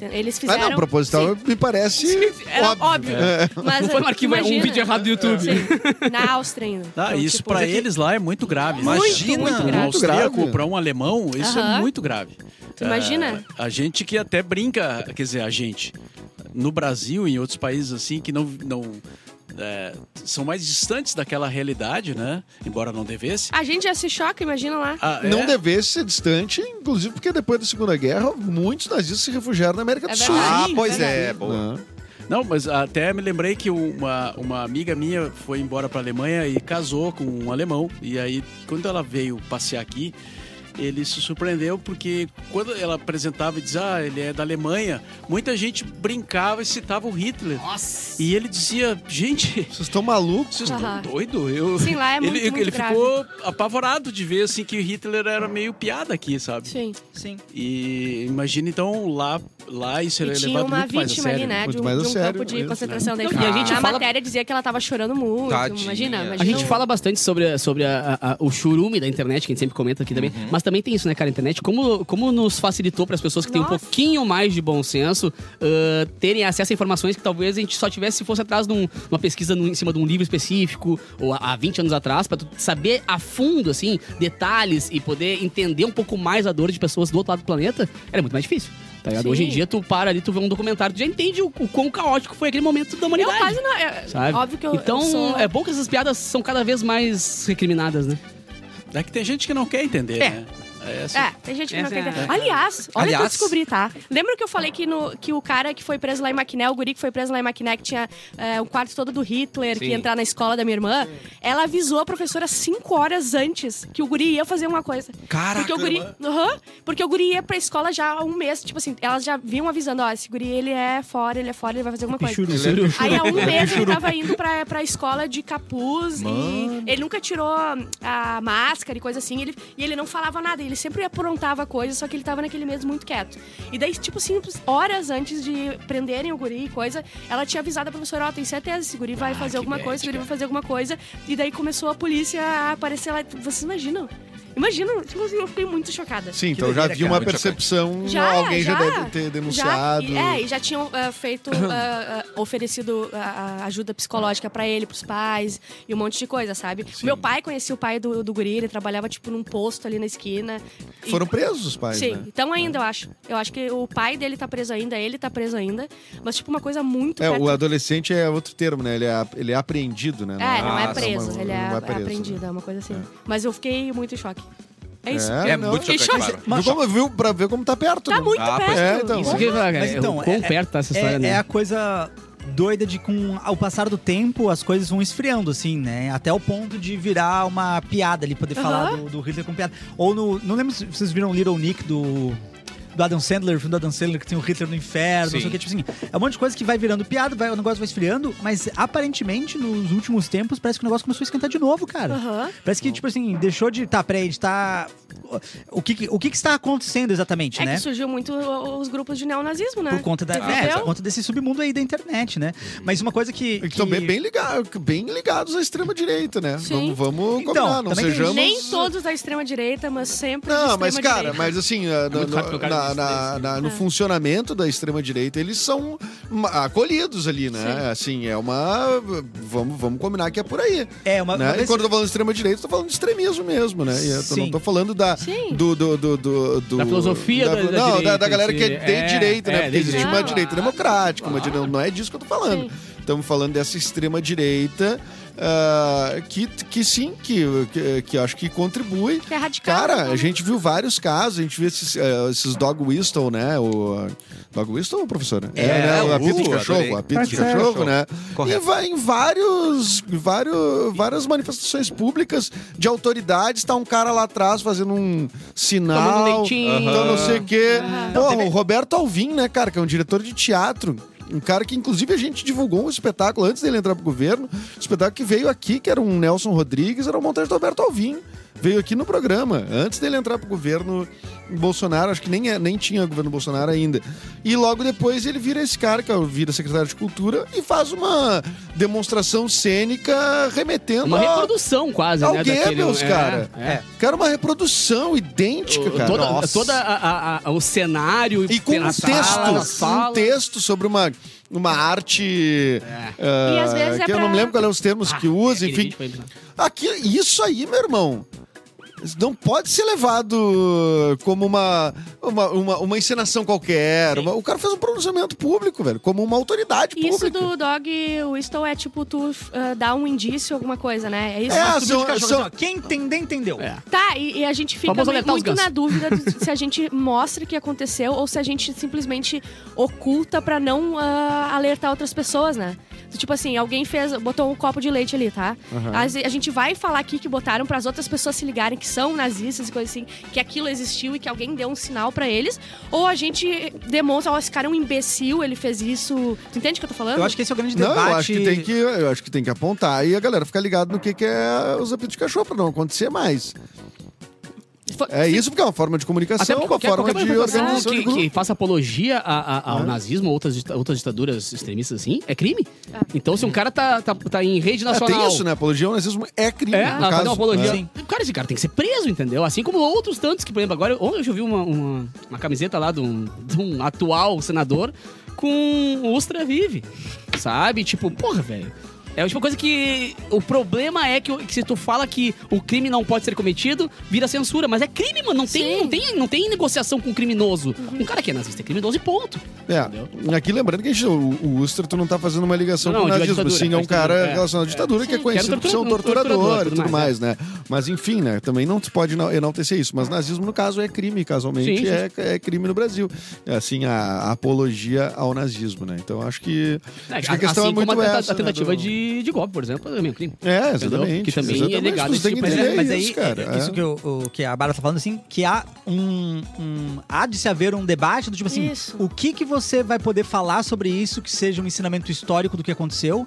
Eles
Ah,
fizeram.
não, proposital me parece
Era
óbvio.
óbvio. Mas,
Não foi um arquivo, é um
imagina.
vídeo errado do YouTube.
Sim, na Áustria ainda.
Ah,
Então,
isso
tipo,
pra
daqui-
eles lá é muito grave.
Muito,
Imagina,
muito grave.
um austríaco
grave.
pra um alemão, isso
Aham.
é muito grave.
Tu imagina?
É, a gente que até brinca, quer dizer, a gente no Brasil e em outros países assim que não não é, são mais distantes daquela realidade, né? Embora não devesse.
A gente já se choca, imagina lá.
tá. Ah, é?
Não devesse ser distante, inclusive porque depois da Segunda Guerra, muitos nazistas se refugiaram na América
É
do Sul.
Ah,
Sim,
pois é,
verdade.
boa.
Né?
Não, mas até me lembrei que uma, uma amiga minha foi embora pra Alemanha e casou com um alemão. E aí, quando ela veio passear aqui, ele se surpreendeu porque quando ela apresentava e dizia, ah, ele é da Alemanha, muita gente brincava e citava o Hitler.
Nossa.
E ele dizia, gente,
Vocês estão malucos?
vocês estão
Aham.
doidos? Eu...
Sim, lá é muito,
ele
muito
ele
grave.
ficou apavorado de ver assim que o Hitler era meio piada aqui, sabe?
Sim.
Sim.
E imagina então lá, lá isso
E
era
tinha
é levado
uma
muito mais a
vítima
sério.
ali, né?
muito
De um,
mais a
de um
sério,
campo de
isso,
concentração. Daí,
Não, e a gente
na
fala-
matéria dizia que ela tava chorando muito.
Tadinha.
Imagina, imagina.
A gente
o-
fala bastante sobre, sobre a- a- a- o churume da internet, que a gente sempre comenta aqui também. Mas também tem isso, né, cara? A internet, como, como nos facilitou para as pessoas que têm um
Nossa.
pouquinho mais de bom senso ah, terem acesso a informações que talvez a gente só tivesse se fosse atrás de um- uma pesquisa num- em cima de um livro específico, ou há há 20 anos atrás, para saber a fundo, assim, detalhes e poder entender um pouco mais a dor de pessoas do outro lado do planeta, era muito mais difícil. Tá ligado?
Sim.
Hoje em dia, tu para ali, tu vê um documentário, tu já entende o, o quão caótico foi aquele momento da
Eu
humanidade.
quase não. é-
Sabe?
Óbvio que eu.
então,
eu sou-
é bom que essas piadas são cada vez mais recriminadas, né?
É que tem gente que não quer entender,
É.
né? É, assim.
É, tem gente que não
Essa
quer
é a-
entender. Aliás, olha o que eu
Aliás.
descobri, tá? Lembra que eu falei que, no, que o cara que foi preso lá em Maquiné, o guri que foi preso lá em Maquiné, que tinha é, um quarto todo do Hitler, que ia entrar na escola da minha irmã, ela avisou a professora cinco horas antes que o guri ia fazer uma coisa.
Caraca,
Porque o guri,
irmã.
Aham. porque o guri ia pra escola já há um mês. Tipo assim, elas já vinham avisando, ó, esse guri, ele é fora, ele é fora, ele vai fazer alguma coisa.
é
Aí há um mês ele tava indo pra, pra escola de capuz e ele nunca tirou a máscara e coisa assim. Ele, e ele não falava nada, ele sempre aprontava coisas, só que ele tava naquele mês muito quieto. E daí, tipo, simples, horas antes de prenderem o guri e coisa, ela tinha avisado a professora, ó, tem certeza, esse guri vai fazer alguma coisa, esse guri vai fazer alguma coisa. E daí começou a polícia a aparecer lá. Vocês imaginam? Imaginam? Tipo assim, eu fiquei muito chocada.
Sim, então já vi uma
Muito
percepção,
Já,
alguém já,
já.
deve ter denunciado.
Já, e- é, e já tinham ah, feito, ah, ah, oferecido ah, ah, ajuda psicológica pra ele, pros pais e um monte de coisa, sabe? O Meu pai conhecia o pai do, do guri, ele trabalhava tipo num posto ali na esquina. E-
Foram presos os pais,
Sim,
né?
então ainda eu acho. Eu acho que o pai dele tá preso ainda, ele tá preso ainda. Mas, tipo, uma coisa muito.
É,
perto-
o adolescente é outro termo, né? Ele é, ele é apreendido, né?
É, não é
Ah,
preso,
não,
ele
não
é,
vai preso, né?
é apreendido, é uma coisa assim. Mas eu fiquei muito em choque. É isso.
É,
É
não.
muito
Fechou?
chocante, claro.
Mas como, viu, pra ver como tá perto,
Tá
né?
muito
Ah, pois
perto.
é, então.
Isso que, cara,
Mas então,
o quão
é-
perto tá essa história,
É,
né?
é a coisa doida de com ao passar do tempo as coisas vão esfriando assim né até o ponto de virar uma piada ali poder falar do, do Hitler com piada ou no não lembro se vocês viram Little Nick do do Adam Sandler, o filme do Adam Sandler, que tem o Hitler no inferno, não sei o que, tipo assim. É um monte de coisa que vai virando piada, vai, o negócio vai esfriando, mas aparentemente, nos últimos tempos, parece que o negócio começou a esquentar de novo, cara.
Aham.
Parece que, tipo assim, deixou de. Tá, peraí, a gente tá. O que, que- o que, que está acontecendo exatamente,
É
né?
que surgiu muito o- os grupos de neonazismo, né?
Por conta, da,
Você
é,
viu?
por conta desse submundo aí da internet, né? Mas uma coisa que.
E que também é bem, liga- bem ligados à extrema-direita, né?
Sim.
Vamos, vamos
Então,
combinar, não
também tem
sejamos...
Nem todos da extrema-direita, mas sempre de
Não, mas
extrema
cara,
direita.
mas assim, na-
muito
na-
rápido o cara
na-
disse
na- na-
É.
no funcionamento da extrema-direita, eles são ma- acolhidos ali, né? Assim, é uma. Vamos, vamos combinar que é por aí.
É, uma, uma
Né? E
vez-
quando eu tô falando de extrema-direita, eu tô falando de extremismo mesmo, né? E eu tô-
Sim.
não tô falando da.
Sim.
Do, do, do, do- do-
Da filosofia da- da
Não, da,
direita,
galera que é
esse-
de
é,
direita, né?
é,
Porque
de
existe uma
direita.
direita democrática, uma direita. Não é disso que eu tô falando.
Sim.
Estamos falando dessa extrema-direita ah, que, que sim, que, que, que acho que contribui.
Que é radical.
Cara,
né?
a gente viu vários casos, a gente viu esses, eh, esses dog whistle, né? O, eh, dog whistle, professor? É, né? O
é,
apito de
uh,
cachorro,
adorei.
o apito de
Tá certo.
cachorro, né?
Correto.
E vai em vários, vários, várias manifestações públicas de autoridades, tá um cara lá atrás fazendo um sinal.
Tomando um leitinho.
Então não sei o quê. Porra,
teve-
o Roberto Alvim, né, cara, que é um diretor de teatro. Um cara que, inclusive, a gente divulgou um espetáculo antes dele entrar pro governo. Um espetáculo que veio aqui, que era um Nelson Rodrigues, era uma montagem do Roberto Alvim. Veio aqui no programa, antes dele entrar pro governo Bolsonaro, acho que nem, é- nem tinha governo Bolsonaro ainda. E logo depois ele vira esse cara, que é o- vira secretário de Cultura, e faz uma demonstração cênica remetendo
É Uma
a-
reprodução quase,
ao
né?
Goebbels,
é,
cara.
É.
Cara, uma reprodução idêntica, cara.
Toda,
Nossa.
toda a- a- a- o cenário
E com um
na sala, na
texto,
sala.
um texto sobre uma, uma arte. ah,
E às vezes é
que eu não
pra-
me lembro qual é os termos que usa,
Ah, Aquele
enfim.
vídeo foi impressionante.
Aqui, isso aí, meu irmão. Não pode ser levado como uma, uma, uma, uma encenação qualquer. Uma- o cara fez um pronunciamento público, velho, como uma autoridade
Isso
pública.
do dog whistle é tipo tu ah, dar um indício, alguma coisa, né? É isso?
É,
Ah, subiu de
são-
cachorro,
são-
assim, ó, Quem entender, entendeu.
É.
Tá, e, e a gente fica
Famoso
mui-
alertar os
muito
gansos.
na dúvida de- se a gente mostra que aconteceu ou se a gente simplesmente oculta pra não ah, alertar outras pessoas, né? Tipo assim, alguém fez, botou um copo de leite ali, tá? As- a gente vai falar aqui que botaram pras outras pessoas se ligarem que são nazistas e coisa assim, que aquilo existiu e que alguém deu um sinal pra eles, ou a gente demonstra, ó, esse cara é um imbecil, ele fez isso. Tu entende o que eu tô falando?
Eu acho que esse é o grande
Não,
debate.
eu acho que tem que eu acho que tem que apontar e a galera ficar ligada no que, que é os apitos de cachorro pra não acontecer mais.
Foi-
É isso porque é uma forma de
Até
comunicação,
porque
uma
qualquer,
forma
qualquer
de
manifestação
organização de
que,
grupo.
que faça apologia a- a- ao nazismo ou outras, dita- outras ditaduras extremistas assim, é crime. Então, se um cara tá, tá, tá em rede
É,
nacional...
tem isso, né? Apologia ao nazismo é crime,
É,
no
ela faz
caso.
uma apologia.
né?
Cara, esse cara tem que ser preso, entendeu? Assim como outros tantos que, por exemplo, agora ontem eu já vi uma, uma, uma camiseta lá de um, de um atual senador com o Ustra Vive. Sabe? Tipo, porra, velho. É uma coisa que. O problema é que, o- que se tu fala que o crime não pode ser cometido, vira censura. Mas é crime, mano. Não tem, não tem, não tem negociação com um criminoso. Um cara que é nazista é criminoso e ponto.
É, aqui lembrando que a gente, o, o Ustra, tu não tá fazendo uma ligação
Não,
com o
não, de
nazismo,
ditadura,
sim, é um
de ditadura,
cara
é.
relacionado à ditadura que é conhecido por ser um
torturador,
torturador, e
tudo
tudo
mais,
mais, né? Mas enfim, né? Também não se pode enal- enaltecer isso. Mas nazismo, no caso, é crime, casualmente,
Sim, sim.
é, é crime no Brasil. É, Assim, a, a apologia ao nazismo, né? Então acho que, acho que a questão
assim
é muito
como a, tenta-
essa,
a tentativa
né? do-
de, de golpe, por exemplo, é também um crime.
É,
Entendeu?
exatamente.
Que também é
exatamente.
legado
Vocês
esse
têm que
tipo de-
entender
né? mas aí, é,
isso, cara. é.
isso que, o- o- que a Bárbara tá falando, assim, que há um, um- Há de se haver um debate do tipo assim:
Isso.
o que, que você vai poder falar sobre isso que seja um ensinamento histórico do que aconteceu?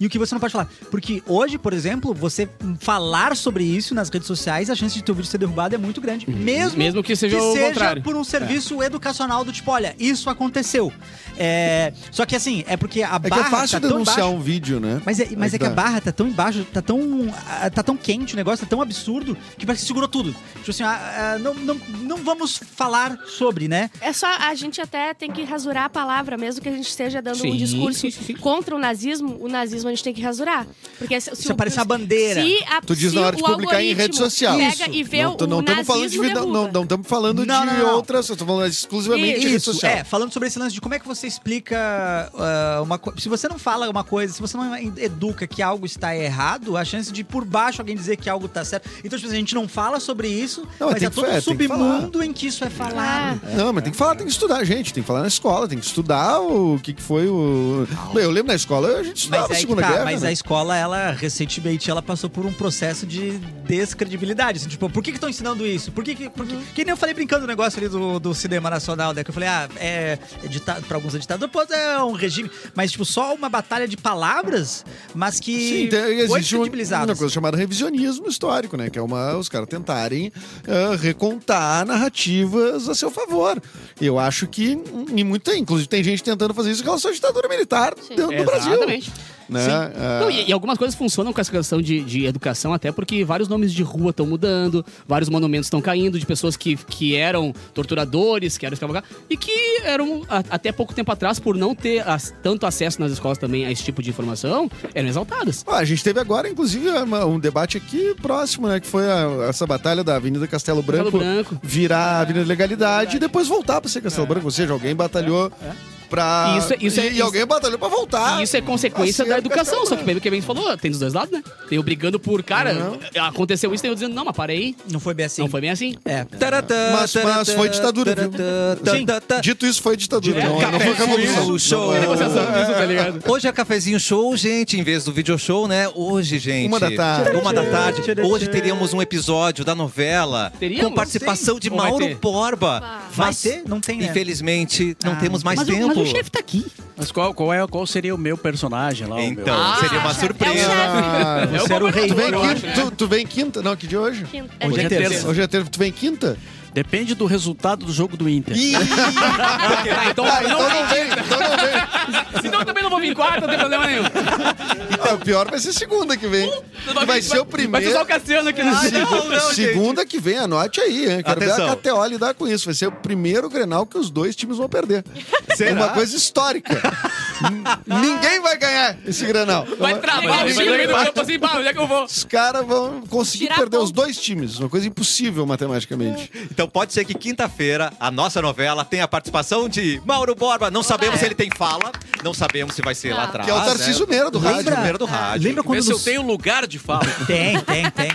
E o que você não pode falar. Porque hoje, por exemplo, você falar sobre isso nas redes sociais, a chance de teu vídeo ser derrubado é muito grande.
Uhum.
Mesmo,
Mesmo que seja
que
o
seja
contrário. É.
por um serviço educacional do tipo, olha, isso aconteceu. É, Só que assim, é porque a
É que
barra
é
tá
fácil
tão
denunciar
baixa-
um vídeo, né?
mas é, mas
Aí
é que a
dá.
barra tá tão embaixo, tá tão, ah, tá tão quente o negócio, tá tão absurdo, que parece que segurou tudo. Tipo assim, ah, ah, não, não, não vamos falar sobre, né?
É só a gente até tem que rasurar a palavra, mesmo que a gente esteja dando um
Sim,
discurso
sim, sim, sim.
contra o nazismo, o nazismo a gente tem que rasurar. Porque se,
Se aparecer a bandeira.
se a-
Tu diz
se
na hora de
o
publicar em rede
algoritmo
social.
Pega e vê
não
o,
não
o
estamos
nazismo é
falando de vida,
derruba.
não não estamos falando
é um Não,
de
não, não.
outras, estamos falando exclusivamente de rede
Isso,
social.
é, falando sobre esse lance de como é que você explica ah, uma coisa. Se você não fala uma coisa, se você não educa que algo está errado, a chance de por baixo alguém dizer que algo tá certo. Então, tipo assim, a gente não fala sobre isso,
Não,
mas
tem
é
que
todo
fa-
um
é, tem que falar.
submundo em que isso é falado.
Não, mas tem que falar, tem que estudar, gente. Tem que falar na escola, tem que estudar o que, que foi o. Bem, eu lembro na escola, a gente
Mas é
estudava a
aí que
Segunda
tá,
moderna,
mas
né?
a escola, ela, recentemente, ela passou por um processo de descredibilidade. assim, tipo, por que estão ensinando isso? Por que. que, por que, que nem eu falei brincando o negócio ali do, do cinema nacional, né? Que eu falei, ah, é. é ditado, pra alguns é ditado, depois é um regime. Mas, tipo, só uma batalha de palavras, mas que.
Sim, tem,
foi assim.
existe um uma,
descredibilizada.
uma coisa chamada revisionismo histórico, né? Que é uma, os caras tentarem ah, recontar narrativas a seu favor. Eu acho que, e muita, inclusive tem gente tentando fazer isso em relação à ditadura militar dentro do Brasil.
Exatamente.
Né?
Sim.
Ah,
Não, e, e algumas coisas funcionam com essa questão de, de educação, até porque vários nomes de rua estão mudando, vários monumentos estão caindo de pessoas que, que eram torturadores, que eram escravagados, e que eram, a- até pouco tempo atrás, por não ter as- tanto acesso nas escolas também a esse tipo de informação, eram exaltadas.
ó, a gente teve agora, inclusive, uma- um debate aqui próximo, né? Que foi a- essa batalha da Avenida Castelo Branco,
Castelo Branco. É.
virar a Avenida Legalidade e depois voltar pra ser Castelo Branco. Ou seja, alguém batalhou pra.
Isso é- isso é-
e, e
isso-
alguém batalhou pra voltar.
E isso é consequência
Assim,
da
é
educação,
educação,
só que
né?
bem o que bem falou, tem dos dois lados, né? Tem eu brigando por, cara, aconteceu isso, tem eu dizendo, não, mas para aí,
Não foi bem assim.
não foi bem assim.
É.
Mas, mas foi ditadura, viu?
Sim.
Dito isso, foi ditadura. Não, não foi revolução. é
Cafezinho show.
tá ligado?
Hoje é cafezinho show, gente, em vez do video show, né? Hoje, gente.
Uma da tarde.
Uma da tarde. Hoje teríamos um episódio da novela
Teríamos?
com participação de
Ou vai
Mauro
ter?
Borba.
Vai
Mas,
ter? Não tem, né?
Infelizmente, não temos mais
Mas, o,
tempo.
mas o chefe tá aqui.
Mas qual, qual, é, qual seria o meu personagem lá? o meu-
Então, seria uma surpresa.
Ah,
É o
Você era o
governador,
rei.
tu, vem
eu acho,
quinta, tu, tu vem quinta? Não, que dia é hoje?
Quinta.
Hoje é terça.
Hoje é terça. Tu vem quinta?
Depende do resultado do jogo do Inter.
Ih!
Tá, então,
Ah,
não,
então não vem, então não vem.
senão eu também não vou vir em quarta, não tem problema nenhum.
Ah, o pior vai ser segunda que vem. Vai, ser o
Vai ser
primeiro.
só o Cassiano aqui no
não, não,
segunda que vem, anote aí, hein? Quero ver
Atenção.
a KTO lidar com isso. Vai ser o primeiro Grenal que os dois times vão perder. É uma coisa histórica. N- Ninguém vai ganhar esse Grenal. Então,
Vai travar, vai jogar no campo assim, pá, onde é que eu vou?
Os caras vão conseguir
Tirar
perder
ponto.
os dois times. Uma coisa impossível matematicamente.
Então pode ser que quinta-feira a nossa novela tenha a participação de Mauro Borba. Não sabemos se ele tem fala, não sabemos se vai ser lá atrás. né?
que é o Tarcísio Meira do rádio.
Tá Lembra- primeiro do rádio.
Lembra quando
Vê se eu
nos...
tenho lugar de fala.
Tem, tem, tem.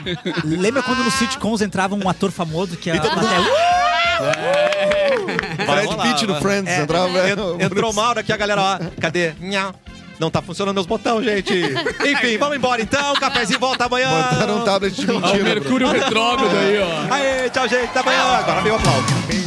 Lembra quando nos sitcoms entrava um ator famoso que a plateia...
Vai
Brad
rolar,
Pitt do
vai. É.
Friends. entrava,
En- Entrou o Mauro aqui, a galera, ó. Cadê? Nha. Não tá funcionando meus botões, gente. Enfim, vamos embora então. Cafézinho volta amanhã. É
Botaram um tablet de
Ó, o
mentira.
Mercúrio retrógrado aí, ó.
Aê, tchau, gente. Até amanhã. Agora meu aplauso.